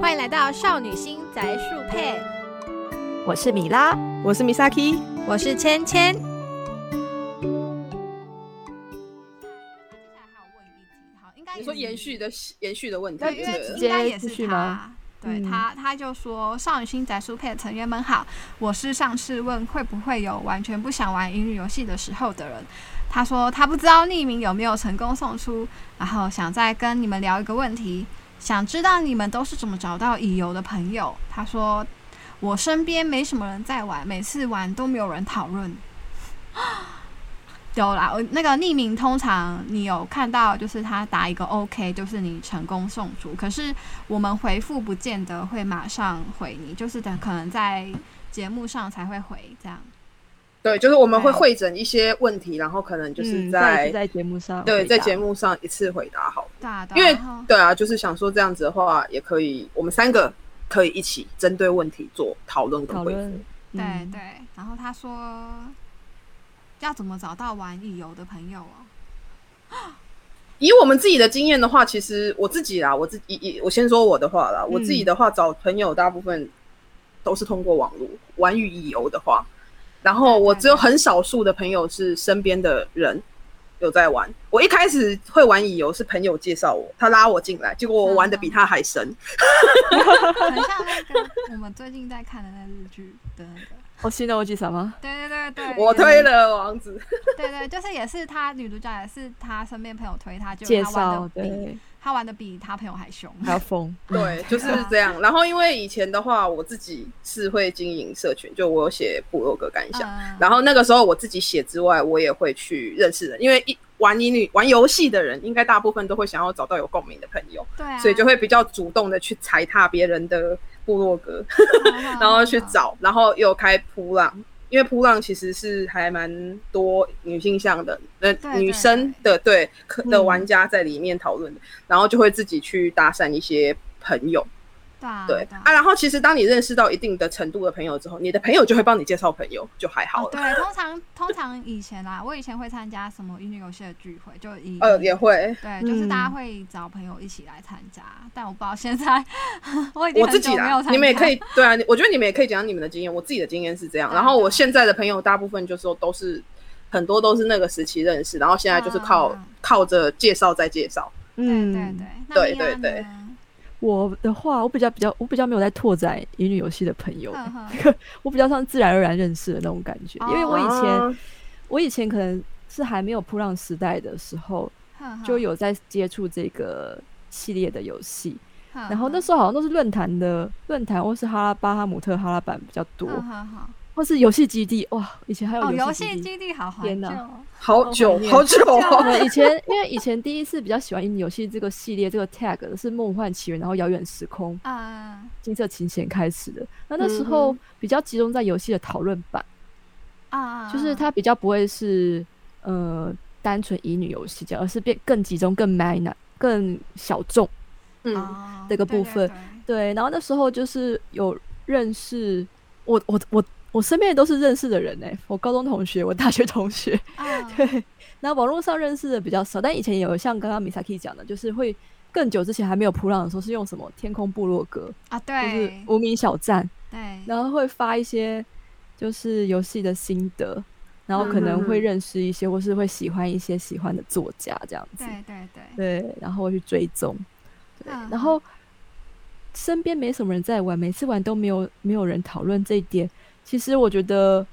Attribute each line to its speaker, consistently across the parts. Speaker 1: 欢迎来到少女心宅树配，
Speaker 2: 我是米拉，
Speaker 3: 我是 Misaki，
Speaker 1: 我是芊芊。
Speaker 3: 你说延续的延续的问题，
Speaker 1: 对，因为应该也是他，对他，他就说少女心宅书配的成员们好，我是上次问会不会有完全不想玩英语游戏的时候的人，他说他不知道匿名有没有成功送出，然后想再跟你们聊一个问题，想知道你们都是怎么找到乙游的朋友。他说我身边没什么人在玩，每次玩都没有人讨论。有啦，我那个匿名通常你有看到，就是他打一个 OK，就是你成功送出。可是我们回复不见得会马上回你，就是等可能在节目上才会回这样。
Speaker 3: 对，就是我们会会诊一些问题，然后可能就是
Speaker 2: 嗯
Speaker 3: 在、
Speaker 2: 再次在节目上
Speaker 3: 对
Speaker 2: 回
Speaker 3: 在
Speaker 2: 答
Speaker 3: 节目上一次回答好，
Speaker 1: 对啊，对啊
Speaker 3: 因为
Speaker 1: 然后
Speaker 3: 对啊，就是想说这样子的话也可以，我们三个可以一起针对问题做讨论跟
Speaker 2: 讨
Speaker 3: 回复。
Speaker 2: 论，
Speaker 1: 对
Speaker 2: 嗯
Speaker 1: 对，然后他说要怎么找到玩乙游的朋友哦？
Speaker 3: 以我们自己的经验的话，其实我自己啦，啊我自己以我先说我的话啦，我自己的话找朋友大部分都是通过网络玩与乙游的话，然后我只有很少数的朋友是身边的人有在玩。我一开始会玩乙游是朋友介绍我，他拉我进来，结果我玩的比他还深。
Speaker 1: 很像那个我们最近在看的那日剧的那个。
Speaker 2: 哦，新的我记什么？
Speaker 1: 对对对对，
Speaker 3: 我推了王子，
Speaker 1: 对对，就是也是他女主角也是他身边朋友推他，就
Speaker 2: 介
Speaker 1: 他玩的
Speaker 2: 绍
Speaker 1: 比
Speaker 2: 对，
Speaker 1: 他玩的比他朋友还凶。
Speaker 2: 还有风，
Speaker 3: 对，就是这样。然后因为以前的话，我自己是会经营社群，就我有写部落格感想。
Speaker 1: 嗯
Speaker 3: 然后那个时候我自己写之外，我也会去认识人，因为一玩英语玩游戏的人，应该大部分都会想要找到有共鸣的朋友，
Speaker 1: 对啊，
Speaker 3: 所以就会 比较主动的去踩踏别人的部落格，
Speaker 1: 嗯，然
Speaker 3: 然后去找，然后又开扑浪。因为扑浪其实是还蛮多女性向的，呃，
Speaker 1: 对嗯
Speaker 3: 女生的对可的玩家在里面讨论的，然后就会自己去搭讪一些朋友，
Speaker 1: 对啊
Speaker 3: 对
Speaker 1: 啊
Speaker 3: 啊，然后其实当你认识到一定的程度的朋友之后，你的朋友就会帮你介绍朋友，就还好
Speaker 1: 哦
Speaker 3: 了。
Speaker 1: 对，通常通常以前啦，我以前会参加什么音乐游戏的聚会，就以
Speaker 3: 呃，也会，
Speaker 1: 对，就是大家
Speaker 2: 嗯
Speaker 1: 会找朋友一起来参加，但我不知道现在 我已经
Speaker 3: 我
Speaker 1: 很
Speaker 3: 自
Speaker 1: 久
Speaker 3: 己
Speaker 1: 没有
Speaker 3: 啦
Speaker 1: 参，加，
Speaker 3: 你们也可以对啊，你我觉得你们也可以讲你们的经验。我自己的经验是这样，
Speaker 1: 对啊
Speaker 3: 然后我现在的朋友大部分就说都是很多都是那个时期认识，然后现在就是靠、
Speaker 1: 嗯
Speaker 3: 靠着介绍再介绍。
Speaker 1: 对
Speaker 2: 嗯
Speaker 1: 对对，那
Speaker 3: 对
Speaker 1: 米娅
Speaker 3: 对对
Speaker 1: 呢
Speaker 2: 我的话，我比较比较，我比较没有在拓展乙女游戏的朋友，
Speaker 1: 呵呵
Speaker 2: 我比较像自然而然认识的那种感觉。
Speaker 1: 哦
Speaker 2: 因为我以前，
Speaker 3: 啊
Speaker 2: 我以前可能是还没有扑浪时代的时候，
Speaker 1: 呵呵
Speaker 2: 就有在接触这个系列的游戏。
Speaker 1: 呵
Speaker 2: 然后那
Speaker 1: 呵
Speaker 2: 时候好像都是论坛的论坛，或是哈拉巴、哈姆特、哈拉版比较多，
Speaker 1: 呵呵呵
Speaker 2: 或是游戏基地。哇，以前还
Speaker 1: 哦，
Speaker 2: 有
Speaker 1: 游
Speaker 2: 戏
Speaker 1: 戏
Speaker 2: 基
Speaker 1: 基
Speaker 2: 地。
Speaker 1: 地好怀
Speaker 2: 天哪
Speaker 1: 旧，
Speaker 3: 好久
Speaker 2: 好怀念
Speaker 3: 好久 哦，
Speaker 1: 啊
Speaker 2: 对，以前因为以前第一次比较喜欢乙女游戏这个系列这个 tag 的是《梦幻奇缘》，然后《遥远时空》《
Speaker 1: 嗯，
Speaker 2: 金色琴弦》开始的。那那时候
Speaker 3: 嗯
Speaker 2: 比较集中在游戏的讨论版，
Speaker 1: 啊，
Speaker 2: 就是它比较不会是呃单纯乙女游戏这样，而是变更集中、更 minor、更小众。
Speaker 3: 嗯，
Speaker 1: 哦
Speaker 2: 这个
Speaker 1: 对
Speaker 2: 部
Speaker 1: 对
Speaker 2: 分
Speaker 1: 对
Speaker 2: 对，然后那时候就是有认识我，我我我身边都是认识的人哎、我高中同学，我大学同学，
Speaker 1: 啊
Speaker 2: 对。 那网络上认识的比较少，但以前也有像刚刚 Misaki 讲的，就是会更久之前还没有普朗的时候，是用什么天空部落格，
Speaker 1: 啊，
Speaker 2: 或是
Speaker 1: 对
Speaker 2: 无名小站，
Speaker 1: 对，
Speaker 2: 然后会发一些就是游戏的心得，然后可能会
Speaker 3: 嗯
Speaker 2: 认识一些，或是会喜欢一些喜欢的作家这样子。
Speaker 1: 对对对，
Speaker 2: 对，然后会去追踪，对，
Speaker 1: 嗯
Speaker 2: 然后身边没什么人在玩，每次玩都没有没有人讨论这一点。其实我觉得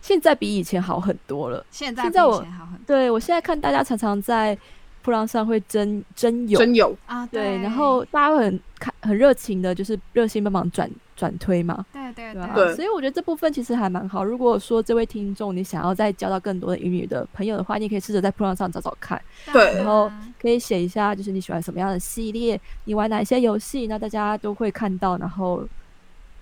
Speaker 2: 现在比以前好很多了。
Speaker 1: 现在
Speaker 2: 现
Speaker 1: 比
Speaker 2: 在
Speaker 1: 以
Speaker 2: 我
Speaker 1: 前好很多
Speaker 2: 对我现在看大家常常在扑浪上会争争友，
Speaker 3: 真有
Speaker 1: 啊，
Speaker 2: 对，然后大家会很看很热情的，就是热心帮忙转转推嘛，
Speaker 1: 对对
Speaker 2: 对吧、
Speaker 3: 对
Speaker 2: 所以我觉得这部分其实还蛮好。如果说这位听众你想要再交到更多的英语的朋友的话，你也可以试着在扑浪上找找看。
Speaker 3: 对
Speaker 2: 然
Speaker 1: 然
Speaker 2: 后
Speaker 1: 后
Speaker 2: 可以写一下，就是你喜欢什么样的系列，你玩哪些游戏，那大家都会看到。然后，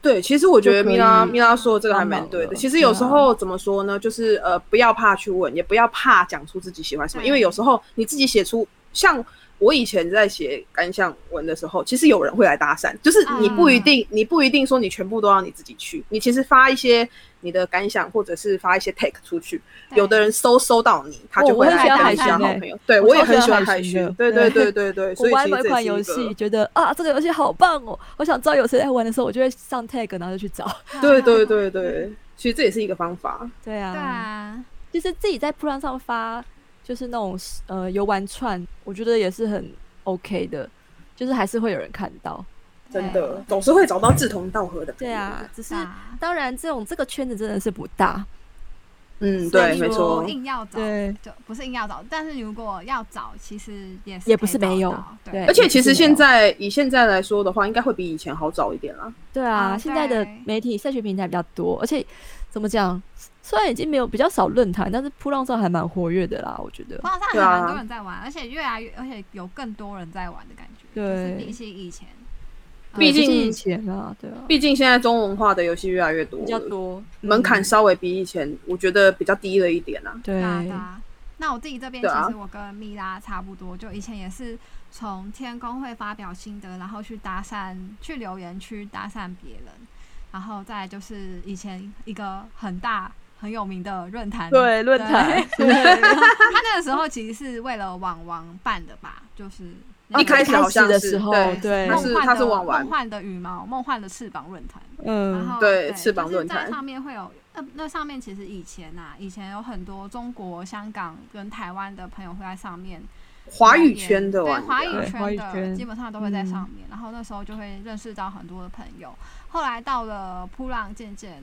Speaker 3: 对，其实我觉得
Speaker 2: 就可以
Speaker 3: 米拉米拉说的这个还蛮
Speaker 2: 帮忙
Speaker 3: 对的。
Speaker 2: 了
Speaker 3: 其实有时
Speaker 2: 对啊
Speaker 3: 候怎么说呢，就是呃，不要怕去问，也不要怕讲出自己喜欢什么，
Speaker 1: 对
Speaker 3: 因为有时候你自己写出像我以前在写感想文的时候，其实有人会来搭讪，就是你不
Speaker 2: 嗯
Speaker 3: 一定，你不一定说你全部都要你自己去，你其实发一些你的感想，或者是发一些 take 出去，
Speaker 1: 对
Speaker 3: 有的人搜搜到你，他就
Speaker 2: 我
Speaker 3: 会
Speaker 2: 很
Speaker 3: 来
Speaker 1: 喜欢
Speaker 3: 跟
Speaker 1: 海
Speaker 3: 你交
Speaker 1: 巡
Speaker 3: 好
Speaker 2: 欸
Speaker 3: 朋友。对
Speaker 2: 我
Speaker 3: 我也
Speaker 2: 超喜
Speaker 3: 很
Speaker 2: 欢
Speaker 3: 喜欢
Speaker 2: 海
Speaker 3: 海
Speaker 2: 巡
Speaker 3: 巡
Speaker 2: 的，
Speaker 3: 对
Speaker 2: 对
Speaker 3: 对对对对，所
Speaker 2: 我
Speaker 3: 以其
Speaker 2: 玩
Speaker 3: 实
Speaker 2: 某
Speaker 3: 这
Speaker 2: 一
Speaker 3: 也
Speaker 2: 款
Speaker 3: 是一
Speaker 2: 游
Speaker 3: 个
Speaker 2: 戏，觉得啊这个游戏好棒哦，我想知道有谁在玩的时候，我就会上 tag 然后就去找。
Speaker 3: 对对对对，其实这也是一个方法。
Speaker 2: 对啊，
Speaker 1: 对啊，
Speaker 2: 就是自己在铺浪上发，就是那种呃游玩串，我觉得也是很 OK 的，就是还是会有人看到。
Speaker 3: 真的总是会找到志同道合的。
Speaker 2: 对啊，，只是
Speaker 1: 对啊
Speaker 2: 当然这种这个圈子真的是不大。
Speaker 3: 嗯，
Speaker 1: 所以
Speaker 3: 对，没
Speaker 1: 说
Speaker 3: 错，
Speaker 1: 硬要找
Speaker 2: 对，哦
Speaker 1: 就不是硬要找，但是如果要找，其实也是
Speaker 2: 也
Speaker 1: 可
Speaker 2: 不
Speaker 1: 以
Speaker 2: 是没
Speaker 1: 找
Speaker 2: 有
Speaker 1: 到
Speaker 2: 对
Speaker 1: 对
Speaker 3: 而且其实现在以现在来说的话，应该会比以前好找一点啦。
Speaker 2: 对啊，
Speaker 1: 啊
Speaker 2: 现在的
Speaker 1: 对
Speaker 2: 媒体社群平台比较多，而且怎么讲，虽然已经没有比较少论坛，但是扑浪上还蛮活跃的啦，我觉得。
Speaker 1: 网上还
Speaker 3: 对啊
Speaker 1: 蛮多人在玩，而且越来越，而且有更多人在玩的感觉，
Speaker 2: 对
Speaker 1: 就是比起以前，
Speaker 2: 对
Speaker 3: 毕竟
Speaker 2: 不是以前啊，对啊，
Speaker 3: 毕竟现在中文化的游戏越来越多
Speaker 2: 比
Speaker 3: 了，
Speaker 2: 较多
Speaker 3: 门槛
Speaker 2: 嗯
Speaker 3: 稍微比以前我觉得比较低了一点啦。
Speaker 2: 对
Speaker 1: 对啊对啊。那我自己这边
Speaker 3: 对啊
Speaker 1: 其实我跟蜜拉差不多，就以前也是从天工会发表心得，然后去搭讪，去留言区搭讪别人，然后再来就是以前一个很大很有名的论坛，
Speaker 2: 对论坛，对
Speaker 1: 他那个时候其实是为了网王办的吧，就是那个
Speaker 3: 一开始好 像
Speaker 2: 一开始的
Speaker 3: 是
Speaker 2: 时候 对
Speaker 1: 梦
Speaker 3: 它
Speaker 1: 幻
Speaker 3: 是
Speaker 1: 的
Speaker 3: 它是网玩
Speaker 1: 梦，幻的羽毛，梦幻的翅膀论坛，然
Speaker 2: 嗯
Speaker 1: 后
Speaker 3: 对翅膀论
Speaker 1: 就是
Speaker 3: 坛
Speaker 1: 在上面会有。那那上面其实以前呐、以前有很多中国、香港跟台湾的朋友会在上面
Speaker 3: 华
Speaker 1: 留
Speaker 3: 语
Speaker 1: 言
Speaker 3: 圈的
Speaker 1: 对
Speaker 3: 玩
Speaker 1: 华
Speaker 3: 家
Speaker 1: 语
Speaker 2: 对华语
Speaker 1: 圈的
Speaker 2: 圈嗯
Speaker 1: 基本上都会在上面，然后那时候就会认识到很多的朋友。后来到了扑浪渐渐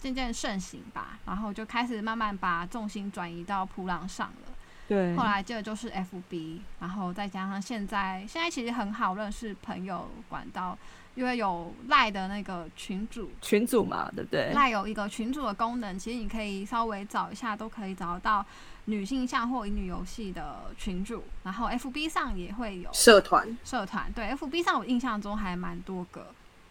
Speaker 1: 渐渐盛行吧，然后就开始慢慢把重心转移到扑浪上了。
Speaker 2: 对
Speaker 1: 后来接着就是 FB，然后再加上现在，现在其实很好认识朋友管道，因为有赖的那个群主，
Speaker 2: 群主嘛，对不对？
Speaker 1: 赖有一个群主的功能，其实你可以稍微找一下，都可以找到女性向或乙女游戏的群主，然后 FB 上也会有
Speaker 3: 社团，
Speaker 1: 社团，对，FB 上我印象中还蛮多个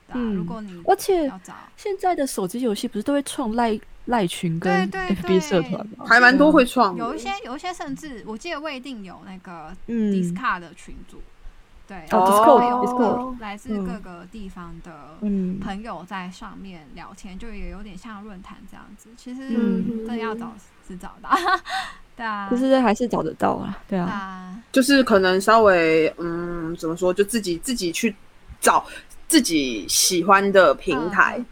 Speaker 1: 的啊、
Speaker 2: 嗯
Speaker 1: 如果你
Speaker 2: 而且
Speaker 1: 要找，
Speaker 2: 现在的手机游戏不是都会创赖赖群
Speaker 1: 对
Speaker 2: 跟
Speaker 1: 对
Speaker 2: FB
Speaker 1: 对
Speaker 2: 社团吗？啊
Speaker 3: 还蛮多会创的，
Speaker 1: 有一些有一些甚至我记得未定有那个
Speaker 2: 嗯
Speaker 1: Discard 的群组，对，
Speaker 2: 哦
Speaker 1: 然后
Speaker 2: Discord，
Speaker 1: 会有
Speaker 3: Discord
Speaker 1: 来自各个地方的
Speaker 2: 嗯，
Speaker 1: 朋友在上面聊天，就也有点像论坛这样子。其实
Speaker 2: 嗯
Speaker 1: 真的要找是找到， 对啊，
Speaker 2: 就是还是找得到啊，对啊，
Speaker 1: 啊，
Speaker 3: 就是可能稍微嗯怎么说，就自己自己去找自己喜欢的平台
Speaker 1: 嗯，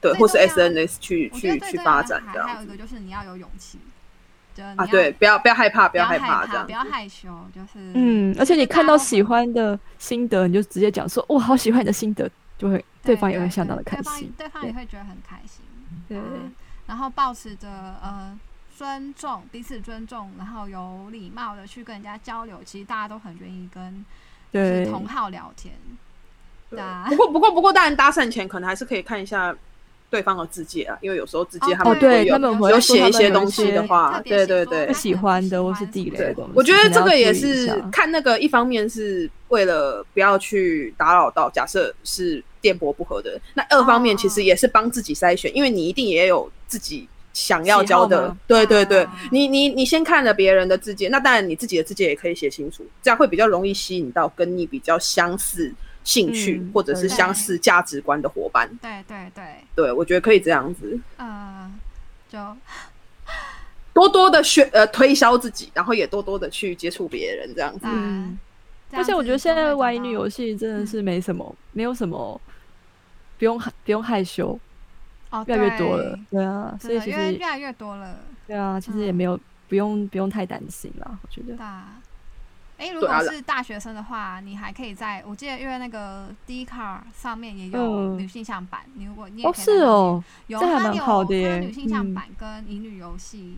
Speaker 3: 对，
Speaker 1: 最
Speaker 3: 或是
Speaker 1: 重要
Speaker 3: SNS 去
Speaker 1: 我觉得啊
Speaker 3: 去
Speaker 1: 最
Speaker 3: 去
Speaker 1: 重要
Speaker 3: 发
Speaker 1: 的
Speaker 3: 展
Speaker 1: 还
Speaker 3: 这样
Speaker 1: 还有
Speaker 3: 子
Speaker 1: 一个就是你要有勇气，就是你
Speaker 3: 啊，
Speaker 1: 要
Speaker 3: 对，不要不要害怕，
Speaker 1: 不
Speaker 3: 不要
Speaker 1: 害
Speaker 3: 害怕这样
Speaker 1: 不
Speaker 3: 子
Speaker 1: 要。害羞，就是
Speaker 2: 嗯，而且你看
Speaker 1: 大
Speaker 2: 到
Speaker 1: 家都
Speaker 2: 喜欢的心得，你就直接讲说，我好喜欢你的心得，就会对方也会相当的开心，
Speaker 1: 对方对方也会觉得很开心。
Speaker 2: 对
Speaker 1: 嗯然后保持着呃尊重，彼此尊重，然后有礼貌的去跟人家交流，其实大家都很愿意跟就是
Speaker 2: 对，
Speaker 1: 同好聊天。对啊
Speaker 3: 不，过不过不过，当然搭讪前可能还是可以看一下对方的字界啊，因为有时候字界他
Speaker 2: 哦
Speaker 3: 们会
Speaker 2: 对
Speaker 3: 有
Speaker 2: 他们会说他
Speaker 3: 有写一
Speaker 2: 们
Speaker 3: 些
Speaker 2: 有
Speaker 3: 东
Speaker 2: 一
Speaker 3: 西
Speaker 2: 些
Speaker 3: 的话
Speaker 1: 特，别
Speaker 3: 对
Speaker 1: 写
Speaker 3: 对
Speaker 1: 说
Speaker 3: 对
Speaker 1: 他。
Speaker 2: 喜欢的或是地雷
Speaker 1: 对
Speaker 2: 的
Speaker 3: 对
Speaker 2: 东西，，
Speaker 3: 我觉得这个也
Speaker 2: 可
Speaker 3: 是
Speaker 2: 能要注意一下
Speaker 3: 看那个，一方面是为了不要去打扰到假设是电波不合的人，那二方面
Speaker 2: 哦
Speaker 3: 其实也是帮自己筛选，因为你一定也有自己想要交
Speaker 2: 喜好哦
Speaker 3: 的
Speaker 2: 吗，
Speaker 3: 对对对
Speaker 1: 啊，
Speaker 3: 你你你先看了别人的字界，那当然你自己的字界也可以写清楚，这样会比较容易吸引到跟你比较相似兴趣
Speaker 2: 嗯
Speaker 3: 或者
Speaker 2: 对
Speaker 3: 是相似价值观的伙伴。
Speaker 1: 对对对，
Speaker 3: 对，我觉得可以这样子，
Speaker 1: 呃，就
Speaker 3: 多多的宣呃推销自己，然后也多多的去接触别人，这样子。
Speaker 1: 嗯
Speaker 2: 嗯，
Speaker 1: 这样
Speaker 2: 而且我
Speaker 1: 子
Speaker 2: 觉得
Speaker 1: 就
Speaker 2: 现在
Speaker 1: 会
Speaker 2: 玩
Speaker 1: 找
Speaker 2: 乙女
Speaker 1: 到
Speaker 2: 游戏真的
Speaker 1: 嗯
Speaker 2: 是没什么，没有什么不用害不用害羞，
Speaker 1: 哦
Speaker 2: 越来越多了
Speaker 1: 对，
Speaker 2: 对啊，所
Speaker 1: 真
Speaker 2: 以
Speaker 1: 的
Speaker 2: 其
Speaker 1: 因为
Speaker 2: 实
Speaker 1: 越来越多了，
Speaker 2: 对啊，其实也
Speaker 1: 嗯
Speaker 2: 没有不用不用太担心啦，我觉得
Speaker 1: 对。啊。哎，如
Speaker 3: 对啊
Speaker 1: 果是大学生的话，你还可以在我记得，因为那个 d c a r 上面也有
Speaker 2: 嗯
Speaker 1: 女性向版，你如果你也
Speaker 2: 哦，
Speaker 1: 可以在那
Speaker 2: 是
Speaker 1: 边
Speaker 2: 哦，
Speaker 1: 有，
Speaker 2: 这还
Speaker 1: 它
Speaker 2: 蛮
Speaker 1: 有
Speaker 2: 好的
Speaker 1: 它
Speaker 2: 耶
Speaker 1: 女性向
Speaker 2: 嗯
Speaker 1: 版跟乙女游戏、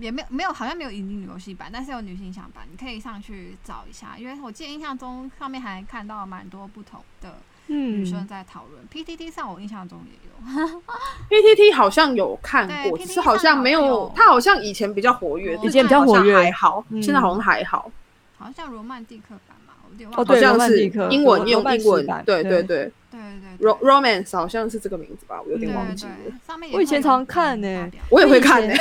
Speaker 1: 也没有没有，好像没有乙女游戏版，但是有女性向版，你可以上去找一下。因为我记得印象中上面还看到蛮多不同的女
Speaker 2: 嗯，
Speaker 1: 生在讨论、PTT 上，我印象中也有。
Speaker 3: PTT 好像有看过，
Speaker 1: 对
Speaker 3: 只是好像没
Speaker 1: PTT 上
Speaker 3: 有
Speaker 1: 有，
Speaker 3: 它好像以前比较活跃，
Speaker 1: 以
Speaker 2: 前比较活跃
Speaker 3: 最近好像还好，
Speaker 2: 嗯
Speaker 3: 现在好像还好，
Speaker 1: 好像罗曼蒂克版嘛，我有点忘
Speaker 2: 哦
Speaker 1: 了。
Speaker 3: 好
Speaker 2: 对
Speaker 3: 像
Speaker 2: 罗曼
Speaker 3: 是
Speaker 2: 蒂克
Speaker 3: 英文
Speaker 2: 罗罗
Speaker 3: 用
Speaker 2: 曼
Speaker 3: 英
Speaker 2: 史
Speaker 3: 文
Speaker 2: 版，
Speaker 3: 对
Speaker 2: 对
Speaker 3: 对对
Speaker 1: 对对对
Speaker 3: ，ro-，romance 好像是这个名字吧，我有
Speaker 1: 对
Speaker 3: 点忘
Speaker 1: 对
Speaker 3: 记了。
Speaker 1: 对，上面
Speaker 2: 我以前
Speaker 1: 会有
Speaker 2: 常
Speaker 1: 嗯
Speaker 2: 看呢
Speaker 3: 欸
Speaker 1: 发表
Speaker 3: 我也会看呢、
Speaker 2: 以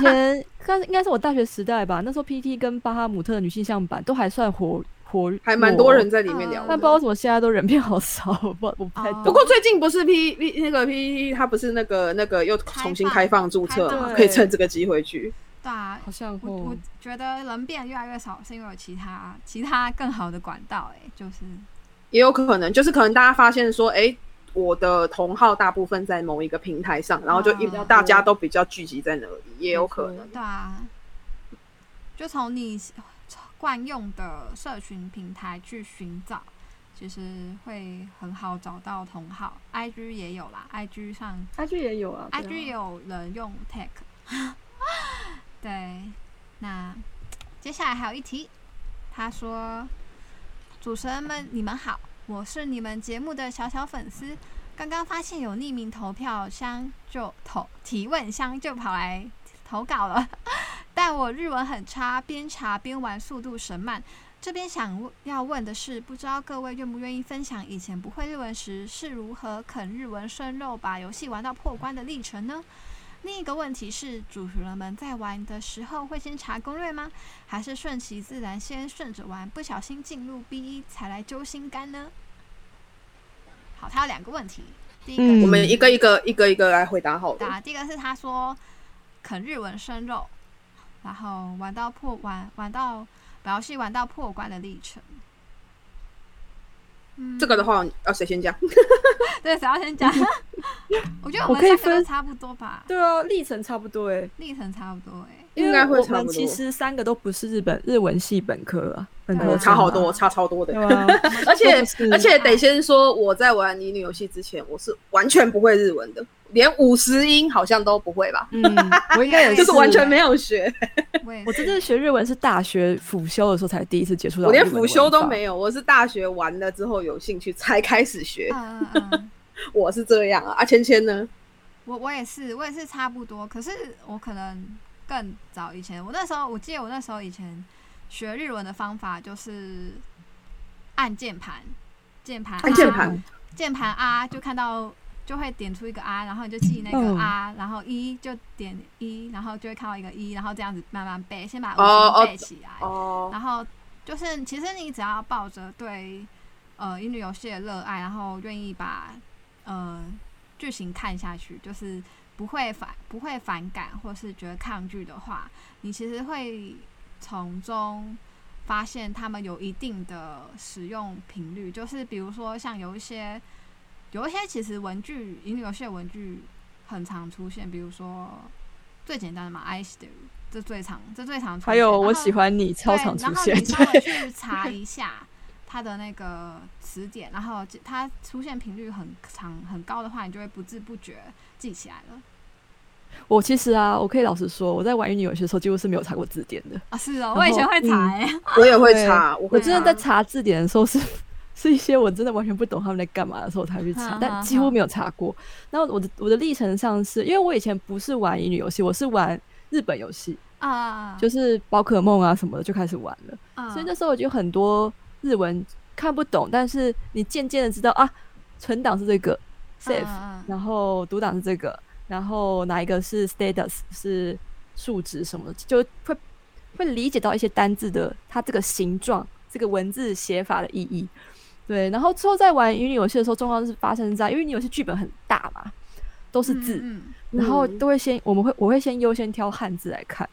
Speaker 2: 前但是应该是我大学时代吧，那时候 PT 跟巴哈姆特的女性向版都还算活活，
Speaker 3: 还蛮多人。在里面聊的。
Speaker 1: 嗯
Speaker 2: 但不知道为什么现在都人变好少，我不我不太
Speaker 1: 哦
Speaker 2: 懂。
Speaker 3: 不过最近不是 P P 那个 P P 它不是那个那个又重新开放注册
Speaker 1: 开
Speaker 3: 嘛，
Speaker 2: 放
Speaker 3: 可以趁这个机会去。
Speaker 1: 对啊，
Speaker 2: 好像
Speaker 1: 我我
Speaker 2: 哦，
Speaker 1: 觉得人变得越来越少，是因为有其他其他更好的管道、哎，就是
Speaker 3: 也有可能就是可能大家发现说，哎、我的同号大部分在某一个平台上，然后就一、
Speaker 1: 嗯
Speaker 3: 大家都比较聚集在那里，也有可能。
Speaker 1: 对啊，就从你惯用的社群平台去寻找，其实会很好找到同好。IG 也有啦，IG 上
Speaker 2: IG 也有啊
Speaker 1: IG 也有人用 Tag，对，那接下来还有一题，他说：“主持人们，你们好，我是你们节目的小小粉丝，刚刚发现有匿名投票箱，就投提问箱就跑来投稿了。 但我日文很差，边查边玩速度神慢。这边想问要问的是，不知道各位愿不愿意分享以前不会日文时是如何啃日文生肉，把游戏玩到破关的历程呢？另一个问题是，主持人们在玩的时候会先查攻略吗？还是顺其自然先顺着玩，不小心进入 B 一才来揪心肝呢？好，他有两个问题，第一个
Speaker 2: 嗯
Speaker 3: 我们一个一个一个一个来回答好了。
Speaker 1: 打第一个是他说啃日文生肉，然后玩到破玩玩到把游戏玩到破关的历程。嗯，
Speaker 3: 这个的话，要谁先讲？
Speaker 1: 对，谁要先讲？ 我觉得我
Speaker 2: 我
Speaker 1: 们
Speaker 2: 可以
Speaker 1: 三个都
Speaker 2: 分
Speaker 1: 差不多吧，
Speaker 2: 对啊，历程差不多哎，
Speaker 1: 历程差不多哎、欸。
Speaker 2: 因
Speaker 3: 应
Speaker 2: 为
Speaker 3: 该会
Speaker 2: 我
Speaker 3: 差
Speaker 2: 们
Speaker 3: 不多
Speaker 2: 其实三个都不是日本日文系本科啊，本
Speaker 1: 对
Speaker 2: 科
Speaker 1: 啊
Speaker 2: 生
Speaker 3: 嗯差好多，
Speaker 2: 啊
Speaker 3: 差超多的
Speaker 2: 对。啊，
Speaker 3: 而且
Speaker 2: 都不是
Speaker 3: 而且得先说，我在玩乙女游戏之前，我是完全不会日文的，连五十音好像都不会吧，
Speaker 2: 嗯，我应该也
Speaker 1: 对
Speaker 3: 就是是完全没 有学，
Speaker 1: 我也
Speaker 2: 我
Speaker 1: 是
Speaker 2: 真正学日文是大学辅修的时候才第一次接触到，
Speaker 3: 我连辅修都。没有，我是大学玩了之后有兴趣才开始学，
Speaker 1: 嗯嗯嗯，
Speaker 3: 我是这样啊。啊，芊芊呢？
Speaker 1: 我我也是，我也是差不多。可是我可能更早以前，我那时候我记得我那时候以前学日文的方法就是按键盘，键盘
Speaker 3: 按键
Speaker 1: 啊
Speaker 3: 盘，
Speaker 1: 键盘 R 就看到就会点出一个 R，然后你就记那个
Speaker 2: 嗯
Speaker 1: R，、然后一、就点一，然后就会看到一个一，然后这样子慢慢背，先把
Speaker 3: 哦
Speaker 1: 五
Speaker 3: 哦
Speaker 1: 音背起来，
Speaker 3: 哦，
Speaker 1: 然后就是其实你只要抱着对呃英语游戏的热爱，然后愿意把呃剧情看下去，就是不会反不会反感或是觉得抗拒的话，你其实会从中发现他们有一定的使用频率，就是比如说像有一些有一些其实文具英语游戏的文具很常出现，比如说最简单的嘛 i s t 这最常这最常出现，
Speaker 2: 还有我
Speaker 1: 然后
Speaker 2: 喜欢你超常出现，
Speaker 1: 啊对，然后你稍微去查一下它的那个词典，然后它出现频率很长很高的话，你就会不知不觉记起来了
Speaker 2: 我其实啊，我可以老实说，我在玩英语游戏的时候几乎是没有查过字典 的。
Speaker 1: 啊。是哦，
Speaker 2: 后嗯
Speaker 1: 我以前会查、欸，
Speaker 3: 我也会
Speaker 2: 对
Speaker 3: 查，我
Speaker 2: 我
Speaker 3: 会
Speaker 2: 真的
Speaker 1: 啊
Speaker 2: 在查字典的时候是。 是一些我真的完全不懂他们在干嘛的时候才会去查
Speaker 1: 嗯，
Speaker 2: 但
Speaker 1: 嗯
Speaker 2: 几乎
Speaker 1: 嗯
Speaker 2: 没有查过。然后我的我的历程上是，因为我以前不是玩英语游戏，我是玩日本游戏，
Speaker 1: 啊，
Speaker 2: 就是宝可梦啊什么的就开始玩了。
Speaker 1: 嗯
Speaker 2: 所以那时候我就有很多日文看不懂，但是你渐渐的知道啊，存档是这个 save，、
Speaker 1: 嗯嗯
Speaker 2: 然后读档是这个，然后哪一个是 status 是数值什么的，就会会理解到一些单字的它这个形状、这个文字写法的意义。对，然后之后在玩云女游戏的时候，状况是发生在因为你游戏剧本很大嘛，都是字，
Speaker 1: 嗯
Speaker 2: 然后
Speaker 3: 嗯
Speaker 2: 都会先我们会我会先优先挑汉字来看，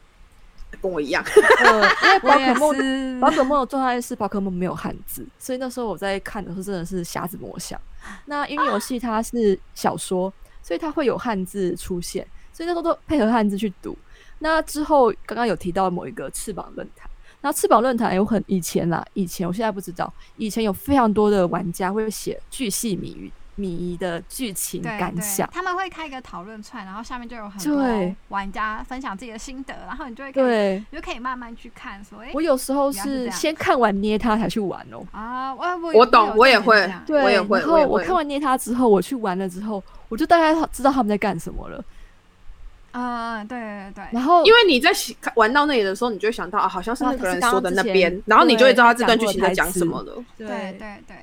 Speaker 3: 跟我一样，
Speaker 2: 呃，因为宝可梦
Speaker 1: 梦
Speaker 2: 宝可梦的状态是宝可梦没有汉字， 所以那时候我在看的时候真的是瞎子 摸象。那因为游戏它是小说，所以它会有汉字出现，所以那时候都配合汉字去读。那之后刚刚有提到某一个翅膀论坛，那翅膀论坛有很以前啦，以前我现在不知道，以前有非常多的玩家会写巨细靡遗靡遗的剧情
Speaker 1: 对
Speaker 2: 感想
Speaker 1: 对，。他们会开一个讨论串，然后下面就有很多
Speaker 2: 对
Speaker 1: 玩家分享自己的心得，然后你就会可以
Speaker 2: 对
Speaker 1: 你就可以慢慢去看，所以
Speaker 2: 我有时候
Speaker 1: 原来是这
Speaker 2: 是
Speaker 1: 样
Speaker 2: 先看完捏它才去玩哦、
Speaker 1: 啊，我我
Speaker 3: 我懂我也会
Speaker 2: 对，
Speaker 3: 我也会
Speaker 2: 然
Speaker 3: 我也
Speaker 2: 后我
Speaker 3: 会
Speaker 2: 看完捏他之后，我去玩了之后，我就大概知道他们在干什么了。
Speaker 1: 嗯，嗯对对对对，
Speaker 2: 然后
Speaker 3: 因为你在喜玩到那里的时候，你就会想到啊，好像是
Speaker 2: 啊
Speaker 3: 那个人
Speaker 2: 他是刚刚
Speaker 3: 说的那
Speaker 2: 之
Speaker 3: 边
Speaker 2: 前，
Speaker 3: 然后你就会知道他这
Speaker 2: 对
Speaker 3: 段
Speaker 2: 他讲过的
Speaker 3: 剧情在
Speaker 2: 台词
Speaker 3: 讲什么了。
Speaker 1: 对，对对，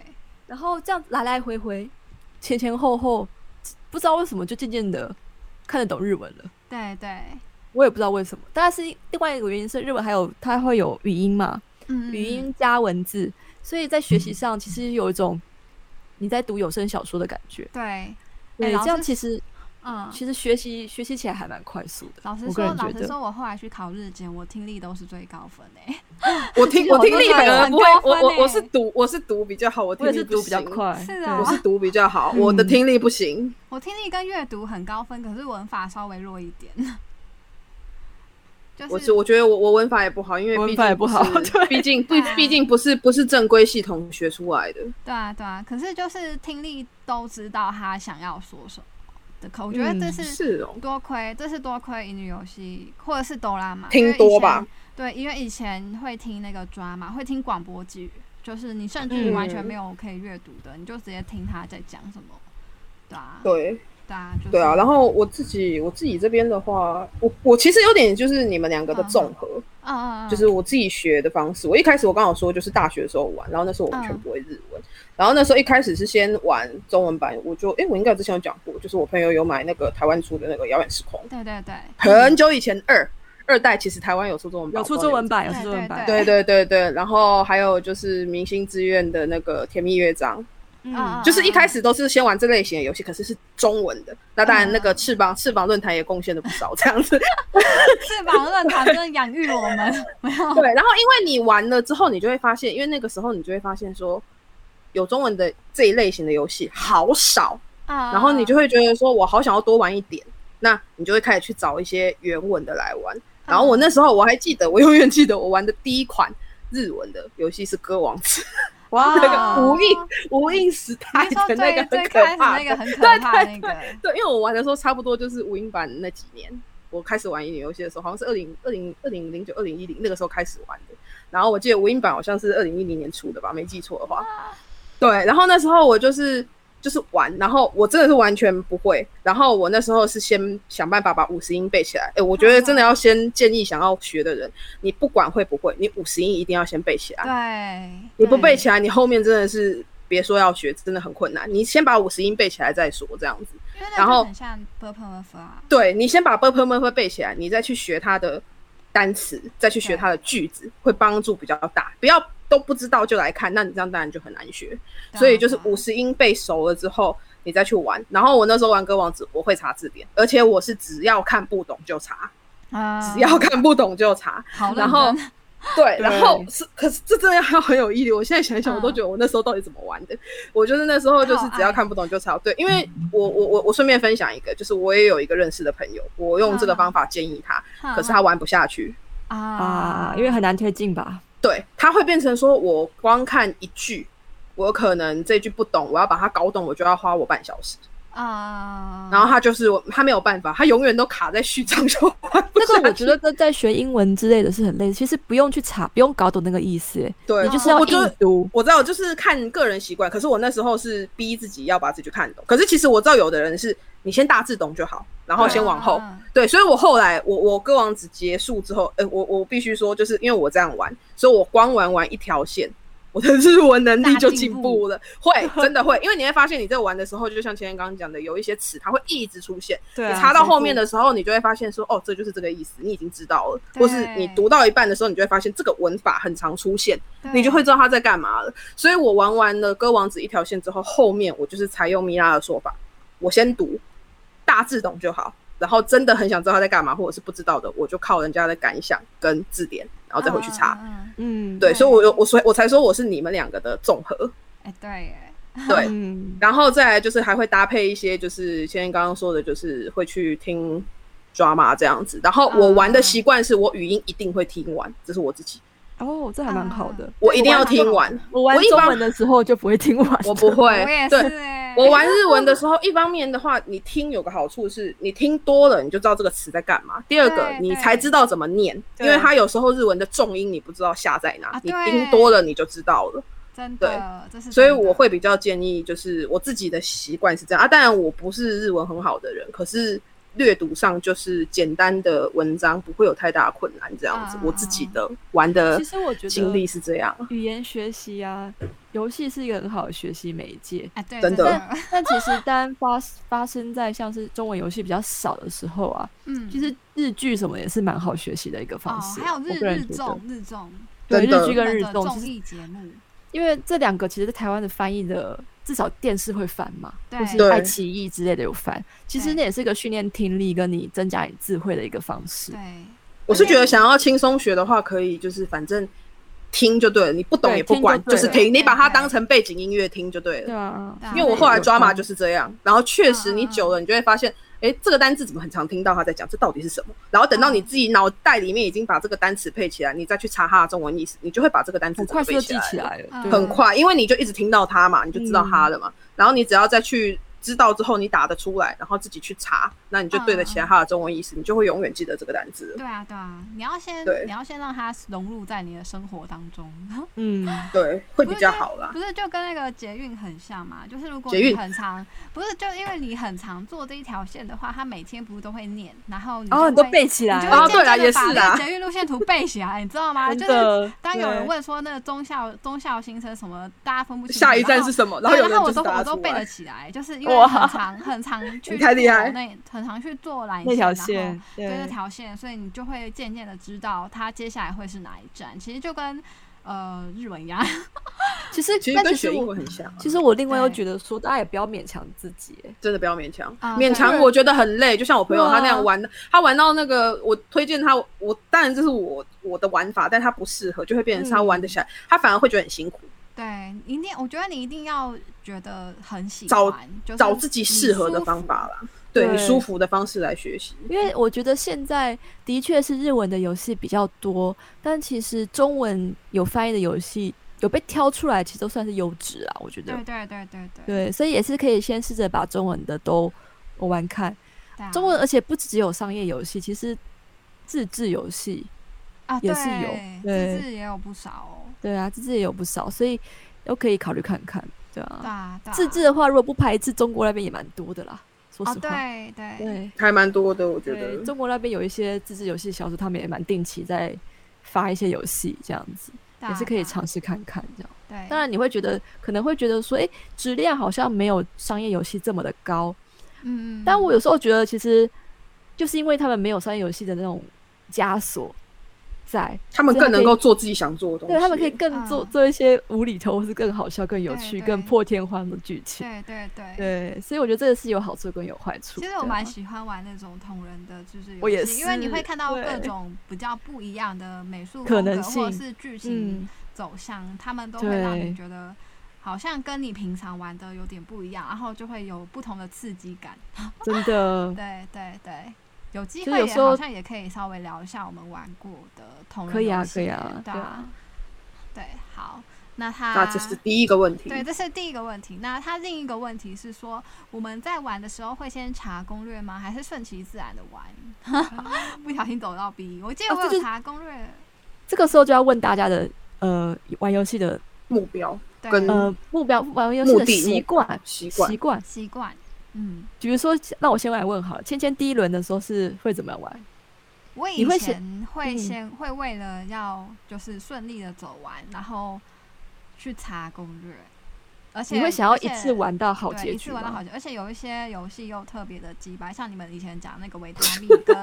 Speaker 2: 然后这样来来回回，前前后后，不知道为什么就渐渐的看得懂日文了。
Speaker 1: 对对，
Speaker 2: 我也不知道为什么，但是另外一个原因是日文还有它会有语音嘛，
Speaker 1: 嗯
Speaker 2: 语音加文字，所以在学
Speaker 3: 嗯
Speaker 2: 习上其实有一种你在读有声小说的感觉。
Speaker 1: 对，
Speaker 2: 对，
Speaker 1: 哎老
Speaker 2: 这样
Speaker 1: 师
Speaker 2: 其实
Speaker 1: 嗯。
Speaker 2: 其实学习学习起来还蛮快速的。
Speaker 1: 老实
Speaker 2: 我个
Speaker 1: 说，
Speaker 2: 人
Speaker 1: 老
Speaker 2: 觉
Speaker 1: 实
Speaker 2: 得，
Speaker 1: 说，我后来去考日检，我听力都是最高分欸诶、
Speaker 3: 我听
Speaker 2: 其实
Speaker 3: 我
Speaker 2: 好
Speaker 3: 听
Speaker 2: 多
Speaker 3: 力
Speaker 2: 都
Speaker 3: 可
Speaker 2: 有
Speaker 3: 能
Speaker 1: 很
Speaker 3: 不会
Speaker 1: 高，
Speaker 3: 我
Speaker 1: 分
Speaker 3: 我我
Speaker 1: 欸
Speaker 3: 是读我是读比较好，我
Speaker 2: 我
Speaker 3: 听
Speaker 2: 也
Speaker 3: 力
Speaker 2: 是
Speaker 3: 不
Speaker 2: 读比较
Speaker 3: 行，
Speaker 2: 快，
Speaker 1: 是
Speaker 2: 对
Speaker 1: 啊
Speaker 3: 我是读比较好，我的
Speaker 2: 嗯
Speaker 3: 听力不行。
Speaker 1: 我听力跟阅读很高分，可是文法稍微弱一点。
Speaker 3: 我
Speaker 1: 就是
Speaker 3: 我觉得我我文法也不好，因为
Speaker 2: 文
Speaker 3: 毕
Speaker 2: 法
Speaker 3: 竟
Speaker 2: 也不好
Speaker 3: 是
Speaker 2: 对
Speaker 3: 毕竟不
Speaker 1: 对啊
Speaker 3: 毕竟不是不是正规系统学出来的。
Speaker 1: 对啊对啊，可是就是听力都知道他想要说什么的口，我觉得这
Speaker 2: 嗯
Speaker 1: 是
Speaker 3: 是哦，
Speaker 1: 多亏，这是多亏乙女游戏或者是哆啦嘛，
Speaker 3: 听
Speaker 1: 因为以
Speaker 3: 多
Speaker 1: 前
Speaker 3: 吧。
Speaker 1: 对，因为以前会听那个抓嘛，会听广播剧，就是你甚至
Speaker 2: 嗯
Speaker 1: 完全没有可以阅读的，你就直接听他在讲什么。对啊，
Speaker 3: 对
Speaker 1: 对啊，就是、
Speaker 3: 对啊。然后我自己我自己这边的话，我我其实有点就是你们两个的
Speaker 1: 嗯嗯
Speaker 3: 综合，
Speaker 1: 嗯，嗯嗯，
Speaker 3: 就是我自己学的方式。我一开始我刚好说就是大学的时候玩，然后那时候我
Speaker 2: 嗯
Speaker 3: 完全不会日文，然后那时候一开始是先玩中文版，我就诶，我应该之前有讲过，就是我朋友有买那个台湾出的那个《遥远时空》，
Speaker 1: 对对对，
Speaker 3: 很久以前二二代其实台湾有出中文版，
Speaker 2: 有出
Speaker 3: 我不知
Speaker 2: 中
Speaker 3: 道你
Speaker 2: 文
Speaker 3: 们
Speaker 2: 版，有
Speaker 1: 对
Speaker 2: 出中文版，
Speaker 1: 对
Speaker 3: 对对对对，然后还有就是明星志愿的那个甜蜜乐章，
Speaker 1: 嗯
Speaker 2: 嗯，
Speaker 3: 就是一开始都是先玩这类型的游戏，可是是中文的。那当然，那
Speaker 2: 啊
Speaker 3: 个翅膀、翅膀论坛也贡献了不少这样子。
Speaker 1: 翅膀论坛真的养育 我们，嗯没有，
Speaker 3: 对，然后因为你玩了之后，你就会发现，因为那个时候你就会发现说，有中文的这一类型的游戏好少，
Speaker 1: 啊，
Speaker 3: 然后你就会觉得说我好想要多玩一点，那你就会开始去找一些原文的来玩。然后我
Speaker 1: 嗯
Speaker 3: 那时候我还记得，我永远记得我玩的第一款日文的游戏是《歌王子》。
Speaker 2: 哇
Speaker 3: 那个无印无印时代
Speaker 1: 啊你说
Speaker 3: 的那
Speaker 1: 最
Speaker 3: 个
Speaker 1: 最
Speaker 3: 很可
Speaker 1: 开始
Speaker 3: 怕
Speaker 1: 那
Speaker 3: 的
Speaker 1: 个，很可怕
Speaker 3: 对
Speaker 1: 那个，
Speaker 3: 对，因为我玩的时候差不多就是无印版那几年，我开始玩乙女游戏的时候，好像是二零二零二零零九二零一零那个时候开始玩的。然后我记得无印版好像是二零一零年出的吧，没记错的话。对，然后那时候我就是就是玩，然后我真的是完全不会。然后我那时候是先想办法把五十音背起来。哎，我觉得真的要先建议想要学的人，你不管会不会，你五十音一定要先背起来。
Speaker 1: 对，
Speaker 3: 你不背
Speaker 1: 对
Speaker 3: 起来，你后面真的是别说要学，真的很困难。你先把五十音背起来再说，这样子。
Speaker 1: 因为那
Speaker 3: 然
Speaker 1: 就
Speaker 3: 后
Speaker 1: 很像 purple f 啊，
Speaker 3: 对你先把 b u r p l e 会背起来，你再去学它的单词，再去学它的句子，会帮助比较大。不要都不知道就来看，那你这样当然就很难学。
Speaker 1: 对啊
Speaker 3: 所以就是
Speaker 1: 对啊
Speaker 3: 五十音背熟了之后，你再去玩。然后我那时候玩歌王子，我会查字典，而且我是只要看不懂就查，
Speaker 1: 啊，
Speaker 3: 只要看不懂就查。
Speaker 1: 好认真，
Speaker 3: 然后 对，
Speaker 2: 对
Speaker 3: 然后是，可是这真的还很有毅力。我现在想一想，我都
Speaker 1: 嗯
Speaker 3: 觉得我那时候到底怎么玩的。我就是那时候就是只要看不懂就抄。对，因为
Speaker 2: 嗯
Speaker 3: 我我我我顺便分享一个，就是我也有一个认识的朋友，我用
Speaker 2: 嗯
Speaker 3: 这个方法建议他，
Speaker 1: 哼
Speaker 3: 可是他玩不下去。
Speaker 1: 哼啊
Speaker 2: 啊，，因为很难推进吧？
Speaker 3: 对，他会变成说我光看一句，我可能这句不懂，我要把它搞懂，我就要花我半小时。
Speaker 1: 啊，
Speaker 2: 嗯
Speaker 3: 然后他就是我，他没有办法，他永远都卡在序章就玩不
Speaker 2: 那
Speaker 3: 下
Speaker 2: 个我
Speaker 3: 去
Speaker 2: 觉得跟在学英文之类的是很类似，其实不用去查，不用搞懂那个意思，欸
Speaker 3: 对，
Speaker 2: 你就是
Speaker 1: 哦
Speaker 2: 要硬
Speaker 3: 我就
Speaker 2: 读。
Speaker 3: 我知道，就是看个人习惯。可是我那时候是逼自己要把这句看懂。可是其实我知道，有的人是你先大致懂就好，然后先往后。
Speaker 1: 嗯嗯嗯
Speaker 3: 对，所以我后来我我歌王子结束之后，呃，我我必须说，就是因为我这样玩，所以我光玩完一条线，我的 日文能力就进步了。会真的会，因为你会发现，你在玩的时候，就像前面刚刚讲的，有一些词它会一直出现。
Speaker 2: 对啊
Speaker 3: 你查到后面的时候，你就会发现说，哦，这就是这个意思，你已经知道了。或是你
Speaker 1: 对
Speaker 3: 读到一半的时候，你就会发现这个文法很常出现。
Speaker 1: 嗯对
Speaker 3: 你就会知道他在干嘛了。所以我玩完了《歌王子》一条线之后，后面我就是采用米拉的说法，我先读，大致懂就好。然后真的很想知道他在干嘛，或者是不知道的，我就靠人家的感想跟字典，然后再回去查。
Speaker 1: 嗯，嗯嗯
Speaker 2: 嗯，
Speaker 3: 对，
Speaker 1: 对
Speaker 3: 所以我有我所以我才说我是你们两个的综合。
Speaker 1: 哎，对耶，
Speaker 3: 对，
Speaker 2: 嗯，
Speaker 3: 然后再来就是还会搭配一些，就是先刚刚说的，就是会去听 drama 这样子。然后我玩的习惯是我语音一定会听完，这是我自己，
Speaker 2: 哦，这还蛮好的。
Speaker 3: 我一定要听完。
Speaker 2: 我玩
Speaker 3: 啊我一
Speaker 2: 中
Speaker 3: 般
Speaker 2: 文的时候就不会听完，
Speaker 3: 我不
Speaker 1: 我
Speaker 3: 会
Speaker 1: 也，
Speaker 3: 对
Speaker 1: 是，哎，
Speaker 3: 我玩日文的时候，一方面的话，你听有个好处是，你听多了你就知道这个词在干嘛；第二个
Speaker 1: 对，
Speaker 3: 你才知道怎么念，
Speaker 2: 对
Speaker 3: 因为它有时候日文的重音你不知道下在哪，
Speaker 1: 啊
Speaker 3: 你
Speaker 1: 对
Speaker 3: 听多了你就知道了。
Speaker 1: 真的，这是
Speaker 3: 所以
Speaker 1: 真的
Speaker 3: 我会比较建议，就是我自己的习惯是这样啊。当然，我不是日文很好的人，可是略读上就是简单的文章，不会有太大的困难。这样子，
Speaker 1: 啊
Speaker 3: 我自己的玩的
Speaker 2: 其实我觉得
Speaker 3: 经历是这样。
Speaker 2: 语言学习啊，游戏是一个很好的学习媒介。
Speaker 1: 哎，对，
Speaker 3: 真的
Speaker 1: 的，
Speaker 2: 但其实当发发生在像是中文游戏比较少的时候啊，
Speaker 1: 嗯，
Speaker 2: 其实日剧什么也是蛮好学习的一个方
Speaker 1: 哦，
Speaker 2: 式。
Speaker 1: 还有
Speaker 2: 我
Speaker 1: 日
Speaker 2: 个人
Speaker 1: 日
Speaker 2: 觉得
Speaker 1: 综，日综，
Speaker 2: 对
Speaker 3: 真的
Speaker 2: 日剧
Speaker 1: 日
Speaker 2: 跟
Speaker 1: 本
Speaker 2: 日
Speaker 1: 的
Speaker 2: 综，
Speaker 1: 综
Speaker 2: 其实
Speaker 1: 艺节目，
Speaker 2: 因为这两个其实，在台湾的翻译的至少电视会翻嘛，
Speaker 1: 对
Speaker 2: 或是
Speaker 3: 对
Speaker 2: 爱奇艺之类的有翻。其实
Speaker 1: 对
Speaker 2: 那也是一个训练听力跟你增加你智慧的一个方式。
Speaker 1: 对，
Speaker 3: 我是觉得想要轻松学的话，可以就是反正听就对了，你不懂
Speaker 2: 对
Speaker 3: 也不管，
Speaker 2: 听就
Speaker 3: 就
Speaker 2: 对了啊
Speaker 3: 是听，你把它
Speaker 1: 对
Speaker 3: 当成背景音乐听就对
Speaker 2: 对
Speaker 3: 了。
Speaker 2: 啊，
Speaker 1: 对啊
Speaker 3: 因为我后来抓马就是是这样，然后确实你
Speaker 1: 嗯嗯嗯
Speaker 3: 久了，你就会发现，哎，这个单字怎么很常听到他在讲，这到底是什么？然后等到你
Speaker 1: 嗯
Speaker 3: 自己脑袋里面已经把这个单词配起来，你再去查它的中文意思，你就会把这个单词
Speaker 2: 很
Speaker 3: 整
Speaker 2: 快
Speaker 3: 个
Speaker 2: 速
Speaker 3: 背
Speaker 2: 就
Speaker 3: 起
Speaker 2: 记
Speaker 3: 来
Speaker 2: 起
Speaker 3: 了，
Speaker 2: 来嗯了，
Speaker 1: 嗯
Speaker 2: 对
Speaker 3: 很快，因为你就一直听到它嘛，你就知道它了嘛。然后你只要再去知道之后，你打得出来，然后自己去查，那你就对得
Speaker 2: 啊
Speaker 3: 起来它的中文意思，你就会永远记得这个单词。
Speaker 1: 对啊，对啊，你要先，
Speaker 3: 对啊
Speaker 1: 你要先让它融入在你的生活当中，
Speaker 2: 嗯，
Speaker 3: 对，会
Speaker 1: 不
Speaker 3: 比
Speaker 1: 是
Speaker 3: 较
Speaker 1: 就
Speaker 3: 好啦。
Speaker 1: 不是就跟那个捷运很像嘛？就是如果
Speaker 3: 捷
Speaker 1: 你
Speaker 3: 运
Speaker 1: 很常，不是就因为你很常坐这一条线的话，它每天不是都会念，然后你
Speaker 2: 然
Speaker 1: 就
Speaker 2: 后
Speaker 1: 会
Speaker 2: 你都背起
Speaker 1: 你
Speaker 2: 来
Speaker 1: 就
Speaker 3: 啊
Speaker 1: 会
Speaker 2: 了，
Speaker 3: 对
Speaker 1: 渐
Speaker 3: 啦
Speaker 1: 渐地
Speaker 3: 也
Speaker 1: 把
Speaker 3: 是
Speaker 1: 那
Speaker 3: 啦
Speaker 1: 个捷运路线图背起来，你知道吗？
Speaker 2: 真
Speaker 1: 就是
Speaker 2: 的。
Speaker 1: 当有人
Speaker 2: 对
Speaker 1: 问说那个忠孝忠孝新生什么，大家分不清楚。
Speaker 3: 下一站
Speaker 1: 然后
Speaker 3: 是什么？然
Speaker 1: 对，
Speaker 3: 后有人
Speaker 1: 我
Speaker 3: 就是
Speaker 1: 都
Speaker 3: 答
Speaker 1: 我
Speaker 3: 出
Speaker 1: 都背得
Speaker 3: 来，
Speaker 1: 起来，就是因为
Speaker 2: 哇
Speaker 1: 很常很常去
Speaker 3: 你太厉
Speaker 1: 做
Speaker 3: 害
Speaker 1: 那很常去做缆
Speaker 2: 那条
Speaker 1: 线，然后
Speaker 2: 线，
Speaker 1: 对这条线，所以你就会渐渐的知道它接下来会是哪一站。其实就跟呃日文一样，
Speaker 2: 其实
Speaker 3: 其实
Speaker 2: 但
Speaker 3: 跟
Speaker 2: 其
Speaker 3: 学
Speaker 2: 实
Speaker 3: 英
Speaker 2: 我
Speaker 3: 文很像啊。
Speaker 2: 其实我另外又
Speaker 1: 对
Speaker 2: 觉得说，大家也不要勉强自己欸，
Speaker 3: 真的不要勉强
Speaker 1: 啊，
Speaker 3: 勉强
Speaker 2: 对
Speaker 3: 我觉得很累。就像我朋友
Speaker 2: 对啊
Speaker 3: 他那样玩，他玩到那个，我推荐他，我当然这是我我的玩法，但他不适合，就会变成是他
Speaker 2: 嗯
Speaker 3: 玩得起来，他反而会觉得很辛苦。
Speaker 1: 对，一定我觉得你一定要觉得很喜
Speaker 3: 找
Speaker 1: 欢，就是
Speaker 3: 找自己
Speaker 1: 你
Speaker 3: 适合的
Speaker 1: 舒
Speaker 3: 方
Speaker 1: 服
Speaker 3: 法啦，对你
Speaker 2: 对
Speaker 3: 舒服的方式来学习。
Speaker 2: 因为我觉得现在的确是日文的游戏比较多，但其实中文有翻译的游戏有被挑出来，其实都算是优质啊，我觉得
Speaker 1: 对。对对对对，
Speaker 2: 对，所以也是可以先试着把中文的都玩玩看。
Speaker 1: 对啊
Speaker 2: 中文，而且不只有商业游戏，其实自制游戏，
Speaker 1: 啊
Speaker 2: 也是有
Speaker 1: 对
Speaker 2: 对
Speaker 1: 自制也有不少哦。
Speaker 2: 对啊，自制也有不少，所以都可以考虑看看。对啊，
Speaker 1: 对啊，对啊
Speaker 2: 自制的话，如果不排斥，中国那边也蛮多的啦。说
Speaker 1: 哦，
Speaker 2: 实话，
Speaker 1: 对对
Speaker 2: 对。
Speaker 3: 还蛮多的，我觉
Speaker 2: 对，
Speaker 3: 得。
Speaker 2: 中国那边有一些自制游戏小组，他们也蛮定期在发一些游戏，这样子
Speaker 1: 对
Speaker 2: 也
Speaker 1: 啊
Speaker 2: 是可以
Speaker 1: 对啊
Speaker 2: 尝试看看这样。
Speaker 1: 对，
Speaker 2: 当然你会觉得可能会觉得说，诶，质量好像没有商业游戏这么的高，
Speaker 1: 嗯，嗯
Speaker 2: 但
Speaker 1: 嗯
Speaker 2: 我有时候觉得其实就是因为他们没有商业游戏的那种枷锁在，
Speaker 3: 他们更能够做自己想做的东西。
Speaker 2: 对他们可以更做、
Speaker 1: 嗯
Speaker 2: 做一些无厘头或是更好笑、更有
Speaker 1: 对
Speaker 2: 趣、
Speaker 1: 对
Speaker 2: 更破天荒的剧情。
Speaker 1: 对对对。
Speaker 2: 对，所以我觉得这个是有好处跟有坏处。
Speaker 1: 其实
Speaker 2: 对
Speaker 1: 我
Speaker 2: 啊
Speaker 1: 蛮喜欢玩那种同人的，就是游
Speaker 2: 我也
Speaker 1: 戏因为你
Speaker 2: 是
Speaker 1: 会看到各
Speaker 2: 对
Speaker 1: 种比较不一样的美术
Speaker 2: 可
Speaker 1: 风
Speaker 2: 能
Speaker 1: 格或者
Speaker 2: 性
Speaker 1: 是剧情
Speaker 2: 嗯，
Speaker 1: 走向，他们都会让你
Speaker 2: 对
Speaker 1: 觉得好像跟你平常玩的有点不一样，然后就会有不同的刺激感。
Speaker 2: 真的。
Speaker 1: 对对对，有机
Speaker 2: 就
Speaker 1: 会
Speaker 2: 有
Speaker 1: 也
Speaker 2: 时候
Speaker 1: 好像也可以稍微聊一下我们玩过的同人
Speaker 2: 可以啊
Speaker 1: 游戏
Speaker 2: 可以啊
Speaker 1: 对啊
Speaker 2: 对啊，
Speaker 1: 对，好，那他
Speaker 3: 那这是第一个问题。
Speaker 1: 对，这是第一个问题。那它另一个问题是说，我们在玩的时候会先查攻略吗？还是顺其自然的玩？ 不小心走到 B，我记得
Speaker 2: 啊
Speaker 1: 我
Speaker 2: 这就
Speaker 1: 有
Speaker 2: 是
Speaker 1: 查攻略，
Speaker 2: 这个时候就要问大家的呃玩游戏的
Speaker 3: 目标
Speaker 1: 对，
Speaker 3: 跟
Speaker 2: 呃目标玩游戏
Speaker 3: 目
Speaker 2: 的
Speaker 3: 的
Speaker 2: 习惯
Speaker 3: 习惯
Speaker 2: 习，惯。
Speaker 1: 习惯。嗯，
Speaker 2: 比如说，那我先来问好了，芊芊第一轮的时候是会怎么样玩？
Speaker 1: 我以
Speaker 2: 你会写
Speaker 1: 前会
Speaker 2: 嗯
Speaker 1: 先会为了要就是顺利的走完，然后去查攻略，而且
Speaker 2: 你会想要
Speaker 1: 而
Speaker 2: 一
Speaker 1: 且
Speaker 2: 次玩到好
Speaker 1: 对
Speaker 2: 结
Speaker 1: 一
Speaker 2: 局
Speaker 1: 次玩到好
Speaker 2: 吗？
Speaker 1: 结而且有一些游戏又特别的鸡掰，像你们以前讲那个维 他命跟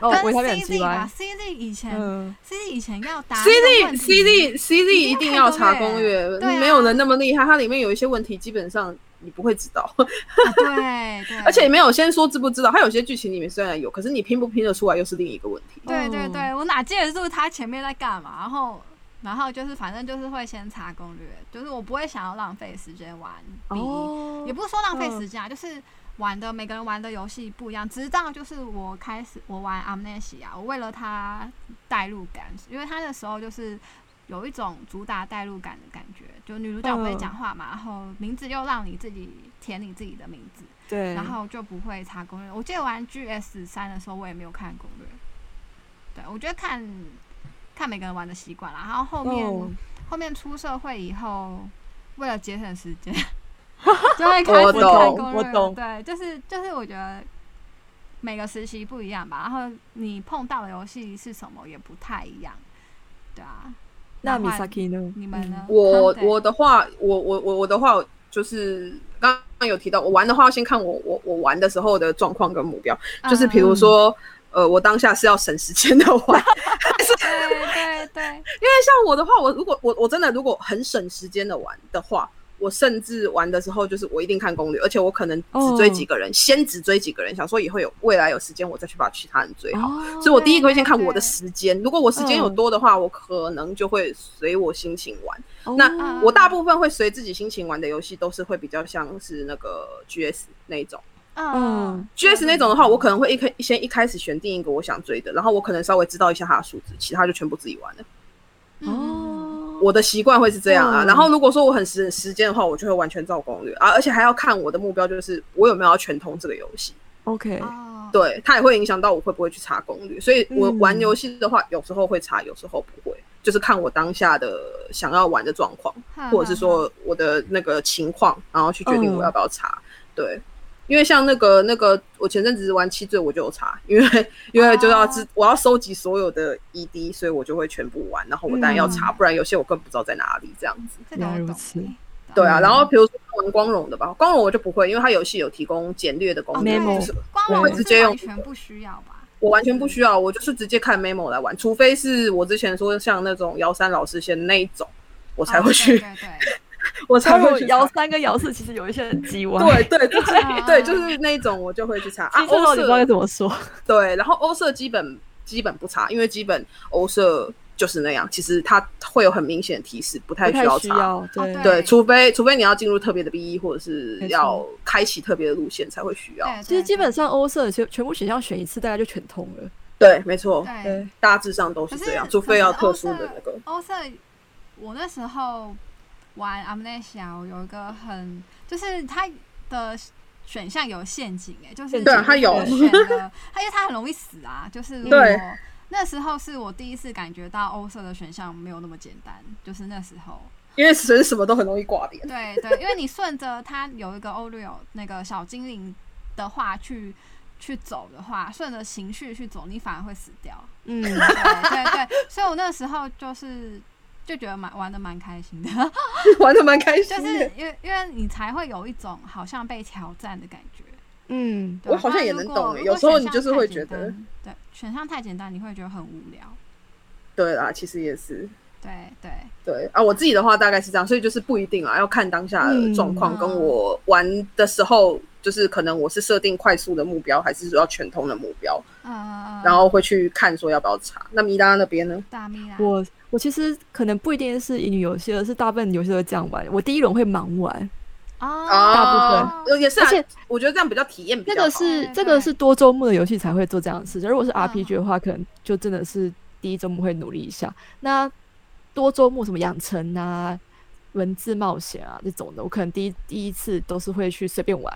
Speaker 2: 哦，
Speaker 1: 跟
Speaker 2: 维他命很
Speaker 1: CZ
Speaker 2: 鸡
Speaker 1: 吧
Speaker 2: 歪。
Speaker 1: ，CZ 以前
Speaker 2: 嗯，
Speaker 1: C D 以前要答
Speaker 3: C
Speaker 1: 那个问
Speaker 3: D C
Speaker 1: 题
Speaker 3: D C D 一定要查攻
Speaker 1: 定
Speaker 3: 略
Speaker 1: 要看攻略对啊，
Speaker 3: 没有人那么厉害。它里面有一些问题，基本上你不会知道，
Speaker 1: 啊对对，
Speaker 3: 而且没有先说知不知道。它有些剧情里面虽然有，可是你拼不拼得出来又是另一个问题。
Speaker 1: 对对
Speaker 2: 哦
Speaker 1: 对，我哪记得住他前面在干嘛？然后然后就是反正就是会先查攻略，就是我不会想要浪费时间玩 B，、E
Speaker 2: 哦
Speaker 1: 也，不是说浪费
Speaker 2: 嗯
Speaker 1: 时间啊，就是玩的每个人玩的游戏不一样。直到就是我开始我玩 Amnesia，我啊为了它代入感，因为它那时候就是有一种主打代入感的感觉，就女主角不会
Speaker 2: 嗯
Speaker 1: 讲话嘛，然后名字又让你自己填你自己的名字。
Speaker 2: 对，
Speaker 1: 然后就不会查攻略。我记得玩 GS 三的时候，我也没有看攻略。对，我觉得看看每个人玩的习惯啦。然后后面、
Speaker 2: 哦
Speaker 1: 后面出社会以后，为了节省时 间，就会开
Speaker 3: 我
Speaker 1: 始看
Speaker 3: 懂
Speaker 1: 攻略。
Speaker 2: 我懂
Speaker 1: 对，就是就是我觉得每个时期不一样吧，然后你碰到的游戏是什么也不太一样，对啊。
Speaker 2: 那
Speaker 1: 换
Speaker 2: Misaki 呢？嗯
Speaker 1: 你们呢？
Speaker 3: 我
Speaker 1: Conte
Speaker 3: 我的话，我我我我的话就是刚刚有提到，我玩的话要先看我我我玩的时候的状况跟目标，就是比如说。呃，我当下是要省时间的玩，
Speaker 1: 嗯对对 对，
Speaker 3: 因为像我的话，我如果我我真的如果很省时间的玩的话，我甚至玩的时候就是我一定看攻略，而且我可能只追几个人先只追几个人，想说以后有未来有时间我再去把其他人追好。
Speaker 2: 哦，
Speaker 3: 所以我第一个会先看
Speaker 1: 对
Speaker 3: 我的
Speaker 1: 对
Speaker 3: 时间，如果我时间有
Speaker 2: 嗯
Speaker 3: 多的话，我可能就会随我心情玩。
Speaker 2: 哦
Speaker 3: 那
Speaker 1: 嗯
Speaker 3: 我大部分会随自己心情玩的游戏，都是会比较像是那个 GS 那一种。
Speaker 1: 嗯
Speaker 3: GS 那种的话，我可能会一开先一开始选定一个我想追的，然后我可能稍微知道一下它的数值，其他就全部自己玩了。
Speaker 1: 哦，
Speaker 2: 哦，
Speaker 3: 我的习惯会是这样啊。
Speaker 2: 嗯
Speaker 3: 然后如果说我很时时间的话，我就会完全照攻略啊，而且还要看我的目标就是我有没有要全通这个游戏。
Speaker 2: OK，
Speaker 1: 哦，
Speaker 3: 对，它也会影响到我会不会去查攻略。所以我
Speaker 2: 嗯
Speaker 3: 玩游戏的话，有时候会查，有时候不会，就是看我当下的想要玩的状况，
Speaker 1: 哼
Speaker 3: 或者是，说我的那个情况，然后去决定我要不要查。对。因为像那个那个，我前阵子玩七罪我就有查，因为因为就要知、我要收集所有的 ED，所以我就会全部玩，然后我当然要查，
Speaker 1: 嗯
Speaker 3: 不然有些我根本不知道在哪里这样子。
Speaker 1: 哼这个
Speaker 2: 原来
Speaker 1: 我
Speaker 2: 如
Speaker 1: 懂
Speaker 2: 此
Speaker 1: 欸
Speaker 3: 对啊，
Speaker 2: 嗯
Speaker 3: 然后比如说玩光荣的吧，光荣我就不会，因为它游戏有提供简略的攻略，
Speaker 1: 哦对
Speaker 3: 就是
Speaker 1: 光
Speaker 2: 对
Speaker 1: 荣
Speaker 3: 直接
Speaker 1: 是
Speaker 3: 用
Speaker 1: 完全不需要吧？
Speaker 3: 我完全不需要，我就是直接看 memo 来玩，除非是我之前说像那种幺三老师线那一种，我才会
Speaker 1: 哦
Speaker 3: 去，
Speaker 1: 对对对
Speaker 3: 我才
Speaker 2: 还
Speaker 3: 会
Speaker 2: 有
Speaker 3: 去
Speaker 2: 姚
Speaker 3: 查。
Speaker 2: 三跟姚四其实有一些很鸡歪，
Speaker 3: 对对，就是
Speaker 1: 啊
Speaker 3: 对，就是那一种我就会去查啊
Speaker 2: 其。实
Speaker 3: 欧
Speaker 2: 我也不知道该
Speaker 3: 社
Speaker 2: 怎么说，
Speaker 3: 对，然后欧社基本基本不查，因为基本欧社就是那样，其实它会有很明显的提示，不太
Speaker 2: 不
Speaker 3: 需
Speaker 2: 太
Speaker 3: 要
Speaker 2: 需
Speaker 3: 查。
Speaker 2: 要，对
Speaker 1: 哦对
Speaker 3: 对，除非除非你要进入特别的 BE，或者是
Speaker 2: 没错
Speaker 3: 要开启特别的路线才会需要。
Speaker 1: 对，
Speaker 2: 其实
Speaker 1: 对
Speaker 2: 基本上欧社全全部选项选一次，大概就全通了。
Speaker 3: 对，没错，
Speaker 1: 对
Speaker 2: 对，
Speaker 3: 大致上都是
Speaker 1: 可
Speaker 3: 这样，
Speaker 1: 是
Speaker 3: 除非要
Speaker 1: 可
Speaker 3: 特
Speaker 1: 是
Speaker 3: 殊
Speaker 1: 欧
Speaker 3: 的
Speaker 1: 社
Speaker 3: 那个。
Speaker 1: 欧色，我那时候玩 Amnesia 我有一个很，就是它的选项有陷阱哎、就是
Speaker 3: 对啊它有
Speaker 1: 我选了，它因为它很容易死啊，就是如果
Speaker 3: 对
Speaker 1: 那时候是我第一次感觉到欧色的选项没有那么简单，就是那时候，
Speaker 3: 因为人什么都很容易挂脸。
Speaker 1: 对对，因为你顺着它有一个欧略那个小精灵的话去去走的话，顺着情绪去走，你反而会死掉。
Speaker 2: 嗯，
Speaker 1: 对对，对，所以我那时候就是就觉得蛮玩的蛮开心的，
Speaker 3: 玩的蛮开
Speaker 1: 就
Speaker 3: 心的。
Speaker 1: 是因为因为你才会有一种好像被挑战的感觉。
Speaker 2: 嗯，
Speaker 1: 对吧
Speaker 3: 我好像也
Speaker 1: 不然如
Speaker 3: 能懂
Speaker 1: 果
Speaker 3: 欸
Speaker 1: 如
Speaker 3: 有
Speaker 1: 果
Speaker 3: 时候
Speaker 1: 选
Speaker 3: 你
Speaker 1: 项
Speaker 3: 就是
Speaker 1: 太
Speaker 3: 会
Speaker 1: 简
Speaker 3: 觉得
Speaker 1: 单，对选项太简单，你会觉得很无聊。
Speaker 3: 对啦，其实也是
Speaker 1: 对对，
Speaker 3: 对啊。我自己的话大概是这样，所以就是不一定啦，要看当下的状况，
Speaker 1: 嗯
Speaker 3: 跟我玩的时候，就是可能我是设定快速的目标，还是说要全通的目标，
Speaker 1: 呃，
Speaker 3: 然后会去看说要不要查。那米拉那边呢？
Speaker 1: 大咪啦，
Speaker 2: 我我其实可能不一定是乙女游戏，而是大部分游戏都这样玩。我第一轮会盲玩，大
Speaker 1: 哦
Speaker 3: 部分也是、啊，
Speaker 2: 而且
Speaker 3: 我觉得这样比较体验比
Speaker 2: 这
Speaker 3: 较好。
Speaker 2: 个是
Speaker 1: 对
Speaker 2: 这个
Speaker 1: 对
Speaker 2: 是多周目的游戏才会做这样的事情。如果是
Speaker 1: 嗯
Speaker 2: RPG 的话，可能就真的是第一周目会努力一下。那多周目什么养成啊、文字冒险啊这种的，我可能第一第一次都是会去随便玩，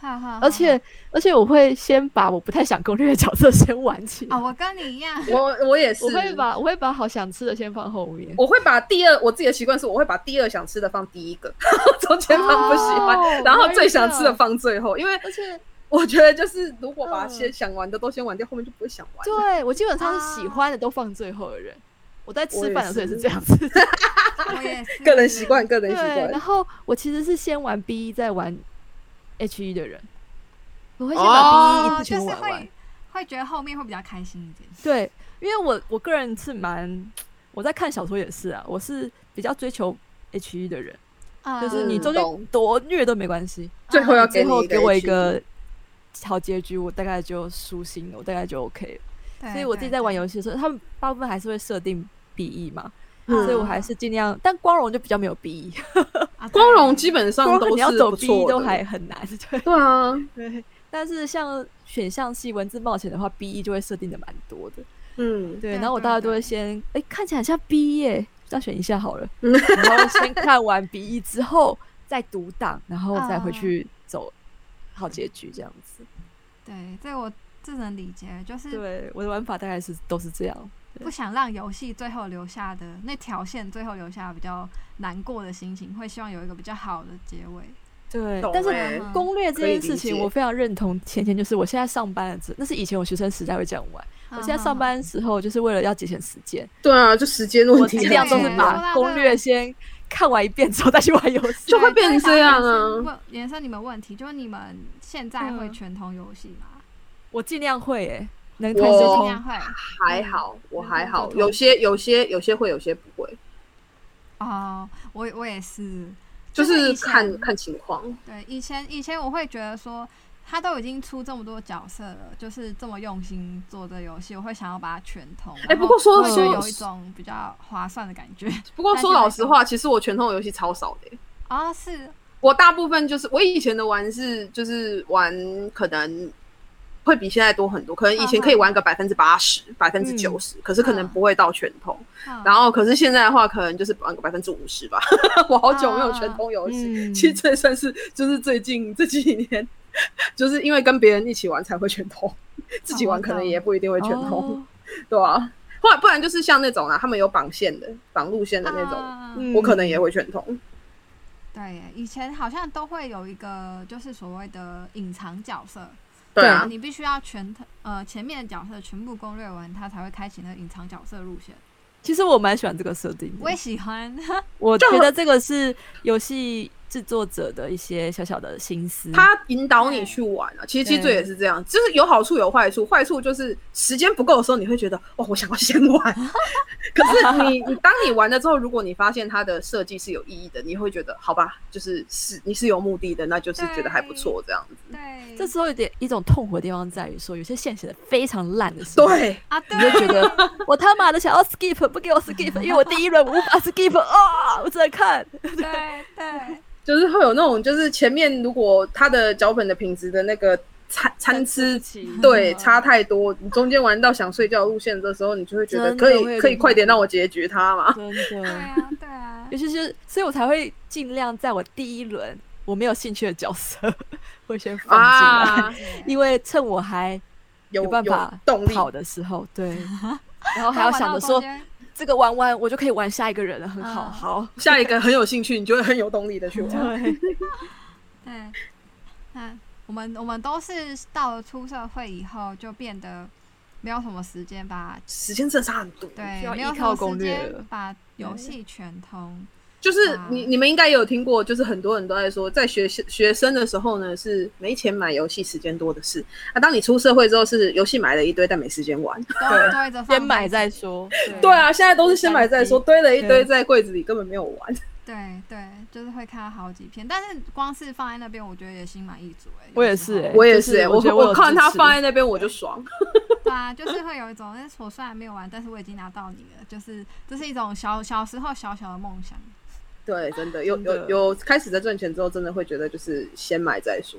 Speaker 1: 哈哈，
Speaker 2: 而且而且我会先把我不太想攻略的角色 先玩起来
Speaker 1: 啊，我跟你一样，
Speaker 3: 我我也是，
Speaker 2: 我会把我会把好想吃的先放后面。
Speaker 3: 我会把第二，我自己的习惯是，我会把第二想吃的放第一个， 中间放不喜欢，
Speaker 2: 哦
Speaker 3: 然后
Speaker 2: 我也
Speaker 3: 最想吃的
Speaker 2: 是
Speaker 3: 放最后，因为
Speaker 2: 而且
Speaker 3: 我觉得就是如果把
Speaker 2: 嗯
Speaker 3: 先想玩的都先玩掉，后面就不会想玩。
Speaker 2: 对我基本上是喜
Speaker 1: 啊
Speaker 2: 欢的都放最后的人。我在吃
Speaker 3: 我也
Speaker 2: 饭的时候也是
Speaker 3: 是
Speaker 2: 这样子，
Speaker 1: 我也 是
Speaker 3: 个人习惯，个人习
Speaker 2: 对。然
Speaker 3: 惯。
Speaker 2: 后我其实是先玩 B 一再玩 H 一的人，我会先把 B 一一
Speaker 1: 哦
Speaker 2: 次
Speaker 1: 就
Speaker 2: 全部
Speaker 1: 是
Speaker 2: 玩完。
Speaker 1: 会会觉得后面会比较开心一点。
Speaker 2: 对，因为我我个人是蛮，我在看小说也是啊，我是比较追求 H 一的人，
Speaker 1: 呃
Speaker 2: 就是你
Speaker 3: 嗯
Speaker 2: 中间
Speaker 3: 懂
Speaker 2: 多虐都没关系，
Speaker 3: 最后要
Speaker 2: 啊最
Speaker 3: 给
Speaker 2: 后
Speaker 3: 你
Speaker 2: 给我一
Speaker 3: HE
Speaker 2: 个好结局，我大概就舒心了，我大概就 OK 了。所以我自己在玩游戏的时候，他们大部分还是会设定 B E 嘛，
Speaker 3: 嗯
Speaker 2: 所以我还是尽量。但光荣就比较没有 B E，
Speaker 1: 嗯啊
Speaker 3: 光荣
Speaker 1: 机
Speaker 3: 基本上
Speaker 2: 光
Speaker 3: 都
Speaker 2: 荣你要
Speaker 3: 是
Speaker 2: 走
Speaker 3: 不
Speaker 2: B
Speaker 3: 错
Speaker 2: E
Speaker 3: 的，
Speaker 2: 都还很难，对
Speaker 3: 对啊，
Speaker 2: 对。但是像选项系文字冒险的话，B E 就会设定的蛮多的，
Speaker 3: 嗯，
Speaker 1: 对
Speaker 2: 对。然后我
Speaker 1: 对
Speaker 2: 大概都
Speaker 1: 对
Speaker 2: 会先，哎、看起来很像 B E，耶这样选一下好了。
Speaker 3: 嗯
Speaker 2: 然后先看完 B E 之后再读档，然后再回
Speaker 1: 啊
Speaker 2: 去走好结局这样子。
Speaker 1: 对，这我这能理解，就是
Speaker 2: 对，我的玩法大概是都是这样。
Speaker 1: 不想让游戏最后留下的那条线最后留下比较难过的心情，会希望有一个比较好的结尾。
Speaker 2: 对
Speaker 3: 懂，
Speaker 2: 但
Speaker 3: 欸
Speaker 2: 是嗯攻略这件
Speaker 3: 可以理
Speaker 2: 事情，
Speaker 3: 解
Speaker 2: 我非常认同。芊芊就是我现在上班了之，那是以前我学生时代会这样玩。
Speaker 1: 啊
Speaker 2: 我
Speaker 1: 嗯
Speaker 2: 现在上班时候就是为了要节省时间，
Speaker 3: 对啊，就时间问
Speaker 2: 我
Speaker 3: 题，啊
Speaker 2: 尽量都是
Speaker 1: 对对
Speaker 2: 把
Speaker 1: 对
Speaker 2: 嗯攻略先看完一遍之后再去玩游戏
Speaker 3: 就。会
Speaker 1: 对
Speaker 3: 变成
Speaker 1: 但是
Speaker 3: 这
Speaker 1: 想延
Speaker 3: 样
Speaker 1: 伸
Speaker 3: 啊
Speaker 1: 问延伸你们问题，就是你们现在会
Speaker 2: 嗯
Speaker 1: 全通游戏吗？
Speaker 2: 我尽量会诶、能
Speaker 3: 我
Speaker 2: 通就
Speaker 1: 尽
Speaker 2: 通
Speaker 1: 量。会
Speaker 3: 还好，我还好，
Speaker 1: 嗯
Speaker 3: 有些有些有些会，有些不会，
Speaker 1: 哦，我我也是，
Speaker 3: 就
Speaker 1: 就是
Speaker 3: 是
Speaker 1: 以前
Speaker 3: 看看情
Speaker 2: 嗯
Speaker 3: 况。
Speaker 1: 对，以前以前我会觉得说，他都已经出这么多角色了，就是这么用心做这游戏，我会想要把它全通。哎
Speaker 3: 不过说
Speaker 1: 就
Speaker 3: 说
Speaker 1: 有一种比较划算的感觉
Speaker 3: 不过
Speaker 1: 但
Speaker 3: 说
Speaker 1: 现在
Speaker 3: 老实
Speaker 1: 就
Speaker 3: 话，其实我拳头游戏超少的欸、
Speaker 1: 啊、哦，是
Speaker 3: 我大部分就是我以前的玩是就是玩可能会比现在多很多，可能以前可以玩个百分之八十、百分之九十，可是可能不会到全通。
Speaker 1: 嗯
Speaker 3: 然后可是现在的话，可能就是玩个百分之五十吧。 我好久没有全通游戏，
Speaker 2: 嗯
Speaker 3: 其实这算是就是最近这几年，就是因为跟别人一起玩才会全通，自己玩可能也不一定会全通，
Speaker 2: 哦
Speaker 3: 对啊？或不然就是像那种啊，他们有绑线的、绑路线的那种，
Speaker 1: 啊
Speaker 2: 嗯
Speaker 3: 我可能也会全通。
Speaker 1: 对耶，以前好像都会有一个就是所谓的隐藏角色，
Speaker 3: 对啊，
Speaker 1: 你必须要全呃前面的角色全部攻略完，它才会开启那个隐藏角色路线。
Speaker 2: 其实我蛮喜欢这个设定的。
Speaker 1: 我也喜 欢，
Speaker 2: 我觉得这个是游戏制作者的一些小小的心思。
Speaker 3: 他引导你去玩啊。其
Speaker 2: 嗯
Speaker 3: 实
Speaker 2: 对
Speaker 3: 其实也是这样，就是有好处有坏处。坏处就是时间不够的时候，你会觉得哦，我想要先 玩。可是你你当你玩了之后，如果你发现它的设计是有意义的，你会觉得好吧，就是是你是有目的的，那就是觉得还不错这样子。
Speaker 1: 对，
Speaker 2: 这时候有点一种痛苦的地方在于说，有些线写的非常烂的时候，
Speaker 3: 对，
Speaker 1: 啊，对，
Speaker 2: 你就觉得我他妈的想要 skip，不给我 skip，因为我第一轮无法 skip 啊、我只能看。
Speaker 1: 对对，
Speaker 3: 就是会有那种，就是前面如果它的脚本的品质的那个参参差
Speaker 2: 嗯
Speaker 3: 对差太多，你中间玩到想睡觉的路线的时候，你就会觉得
Speaker 2: 真的
Speaker 3: 可
Speaker 2: 会
Speaker 3: 以
Speaker 2: 有
Speaker 3: 可以
Speaker 2: 点
Speaker 3: 快点让我结局它嘛。
Speaker 2: 真
Speaker 1: 对
Speaker 2: 的，
Speaker 1: 啊，对啊
Speaker 2: 尤，其是，所以我才会尽量在我第一轮我没有兴趣的角色 会先放进来，
Speaker 3: 啊，
Speaker 2: 因为趁我还
Speaker 3: 有
Speaker 2: 办
Speaker 3: 有
Speaker 2: 法
Speaker 3: 动力
Speaker 2: 跑的时候，对，然后还要想着
Speaker 1: 但玩到中
Speaker 2: 说
Speaker 1: 间
Speaker 2: 这个玩完我就可以玩下一个人了，很好，
Speaker 1: 嗯
Speaker 2: 好，
Speaker 3: 下一个很有兴趣，你就会很有动力的去玩。
Speaker 2: 对，
Speaker 1: 对，那我们我们都是到了出社会以后，就变得没有什么时间把
Speaker 3: 时间真的差很多，
Speaker 1: 对
Speaker 2: 需要
Speaker 1: 没有
Speaker 2: 依
Speaker 1: 什
Speaker 2: 靠
Speaker 1: 么
Speaker 2: 攻
Speaker 1: 时
Speaker 2: 略
Speaker 1: 间
Speaker 2: 了
Speaker 1: 把游戏全 通。
Speaker 3: 就是
Speaker 1: 啊
Speaker 3: 你你们应该也有听过，就是很多人都在说，在学学生的时候呢是没钱买游戏，时间多的是啊。当你出社会之后，是游戏买了一堆，但没时间 玩。
Speaker 1: 都都一直
Speaker 2: 先
Speaker 1: 放
Speaker 2: 买再说，
Speaker 3: 对啊，现在都是先买再说，堆了一堆
Speaker 2: 对
Speaker 3: 在柜子里，根本没有玩。
Speaker 1: 对对，就是会看到好几篇，但是光是放在那边，我觉得也心满意足哎、有
Speaker 2: 我也
Speaker 1: 时
Speaker 2: 是
Speaker 1: 候
Speaker 2: 欸
Speaker 3: 我也
Speaker 2: 就是
Speaker 3: 是欸，
Speaker 2: 我觉得我
Speaker 3: 我
Speaker 2: 有
Speaker 3: 看
Speaker 2: 支
Speaker 3: 他
Speaker 2: 持
Speaker 3: 放在那边我就爽。
Speaker 1: 对啊，就是会有一种，那我虽然没有玩，但是我已经拿到你了，就是这是一种小小时候小小的梦想。
Speaker 3: 对，真的有
Speaker 2: 真的
Speaker 3: 有有开始在赚钱之后，真的会觉得就是先买再说，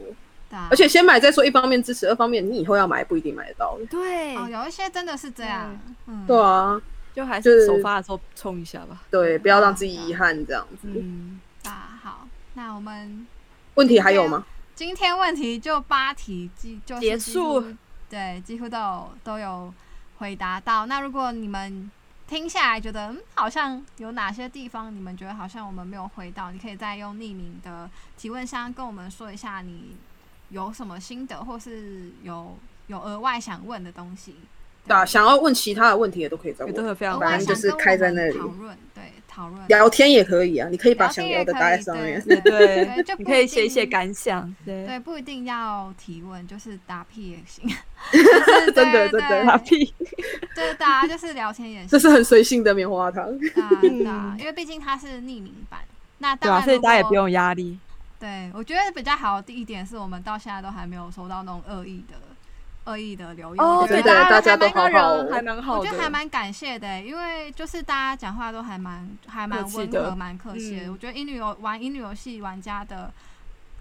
Speaker 1: 对啊，
Speaker 3: 而且先买再说，一方面支持，二方面你以后要买不一定买得到。
Speaker 2: 对
Speaker 1: 哦，有一些真的是这样，嗯，
Speaker 3: 对啊，
Speaker 2: 就还
Speaker 3: 就是是
Speaker 2: 首发的时候冲一下吧。
Speaker 3: 对，不要让自己遗憾这样子。
Speaker 2: 嗯，
Speaker 1: 啊，好，那我们
Speaker 3: 问题还
Speaker 1: 啊
Speaker 3: 有吗？
Speaker 1: 今天问题就八题，几就是
Speaker 2: 结
Speaker 1: 几乎
Speaker 2: 束，
Speaker 1: 对，几乎都有都有回答到。那如果你们听下来觉得，嗯，好像有哪些地方你们觉得好像我们没有回到，你可以再用匿名的提问箱跟我们说一下你有什么心得，或是有有额外想问的东 西。
Speaker 3: 对啊，想要问其他的问题也都可以再
Speaker 2: 也都
Speaker 3: 问，
Speaker 2: 有非
Speaker 1: 额
Speaker 2: 常
Speaker 1: 外
Speaker 3: 反
Speaker 2: 棒
Speaker 1: 想
Speaker 3: 正就是
Speaker 1: 跟
Speaker 3: 开
Speaker 1: 哦我
Speaker 3: 在
Speaker 1: 们
Speaker 3: 那里
Speaker 1: 讨论，对，讨论。
Speaker 3: 聊天也可以啊，你可以把想
Speaker 1: 天
Speaker 3: 聊
Speaker 1: 也
Speaker 3: 的
Speaker 1: 可
Speaker 3: 答在
Speaker 1: 以
Speaker 3: 上面。
Speaker 1: 对
Speaker 2: 对
Speaker 1: 就
Speaker 2: 你
Speaker 1: 不
Speaker 2: 可以
Speaker 1: 一
Speaker 2: 写一写
Speaker 1: 定
Speaker 2: 感想，对，
Speaker 1: 对，不一定要提问，就是打屁也行。
Speaker 3: 真的真的
Speaker 1: 的，
Speaker 2: 打屁，
Speaker 1: 对大家就是聊天也
Speaker 3: 这
Speaker 1: 行
Speaker 3: 是很随性的棉花糖，
Speaker 1: 啊，对啊，因为毕竟它是匿名版，那
Speaker 2: 嗯对
Speaker 1: 当
Speaker 2: 啊，
Speaker 1: 然
Speaker 2: 所以
Speaker 1: 如
Speaker 2: 大家也不
Speaker 1: 果
Speaker 2: 用有压力。
Speaker 1: 对，我觉得比较好的一点是我们到现在都还没有收到那种恶意的恶意的留言，我觉
Speaker 3: 对
Speaker 1: 得
Speaker 3: 大家
Speaker 2: 大
Speaker 3: 大家都好好哦
Speaker 2: 人还蛮哦好的，
Speaker 1: 我觉得还蛮感谢的欸、因为就是大家讲话都还蛮还蛮
Speaker 2: 客气
Speaker 1: 温
Speaker 2: 的
Speaker 1: 和、蛮客气的。
Speaker 2: 嗯
Speaker 1: 我觉得英女游玩英女游戏玩家的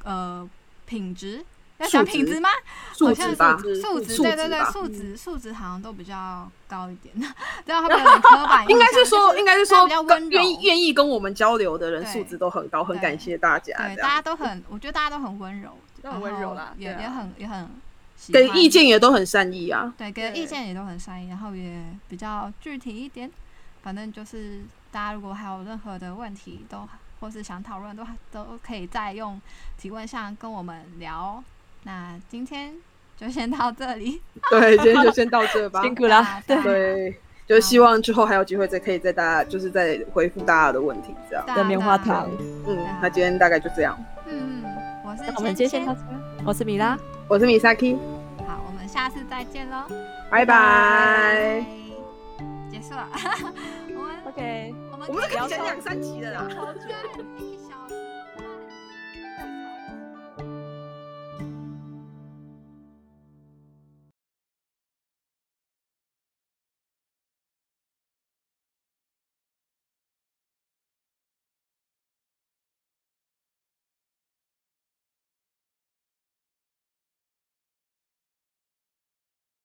Speaker 1: 呃品质，要讲品质吗？
Speaker 3: 素质吧
Speaker 2: 好像，是嗯
Speaker 1: 素质，
Speaker 3: 素
Speaker 1: 对
Speaker 3: 质
Speaker 1: 对对，
Speaker 3: 吧
Speaker 1: 素质素质好像都比较高一点， 这样会不会有点刻板印象？
Speaker 3: 应该是说
Speaker 1: 就
Speaker 3: 应该是
Speaker 1: 大家
Speaker 3: 说
Speaker 1: 比较温柔
Speaker 3: 愿意愿意跟我们交流的人
Speaker 1: 对
Speaker 3: 素质都很高，很感谢大家
Speaker 1: 对，
Speaker 3: 这
Speaker 1: 大
Speaker 3: 样，
Speaker 1: 家都很，我觉得大家都很温柔，
Speaker 2: 都
Speaker 1: 然
Speaker 2: 很温柔
Speaker 1: 后
Speaker 2: 啦
Speaker 1: 也
Speaker 2: 对啊
Speaker 1: 也很也很喜
Speaker 3: 给
Speaker 1: 欢
Speaker 3: 意，见也都很善意啊。
Speaker 1: 对，给的
Speaker 2: 对
Speaker 1: 意见也都很善意，然后也比较具体一点。反正就是大家如果还有任何的问题，都或是想讨论的话，都可以再用提问项跟我们聊。哦那今天就先到这里，
Speaker 3: 对，今天就先到这吧。
Speaker 2: 辛苦啦
Speaker 1: 大，
Speaker 2: 对
Speaker 1: 家
Speaker 2: 啊
Speaker 3: 对，就是希望之后还有机会再可以再大家就是再回复大家的问题，这样。
Speaker 1: 大
Speaker 2: 的棉花糖。
Speaker 3: 嗯，
Speaker 1: 啊
Speaker 3: 那今天大概就这样。
Speaker 1: 嗯，嗯，我是
Speaker 2: 那我们今
Speaker 1: 芊
Speaker 2: 天先到
Speaker 1: 芊
Speaker 2: 这，我是米拉，
Speaker 3: 我是米萨 K，
Speaker 1: 好，我们下次再见喽，
Speaker 3: 拜拜。
Speaker 1: 拜，结束了，我们
Speaker 2: OK。
Speaker 1: 我们
Speaker 3: 我们都可以
Speaker 1: 聊
Speaker 3: 讲
Speaker 1: 到
Speaker 3: 两三集的啦。
Speaker 1: 好久。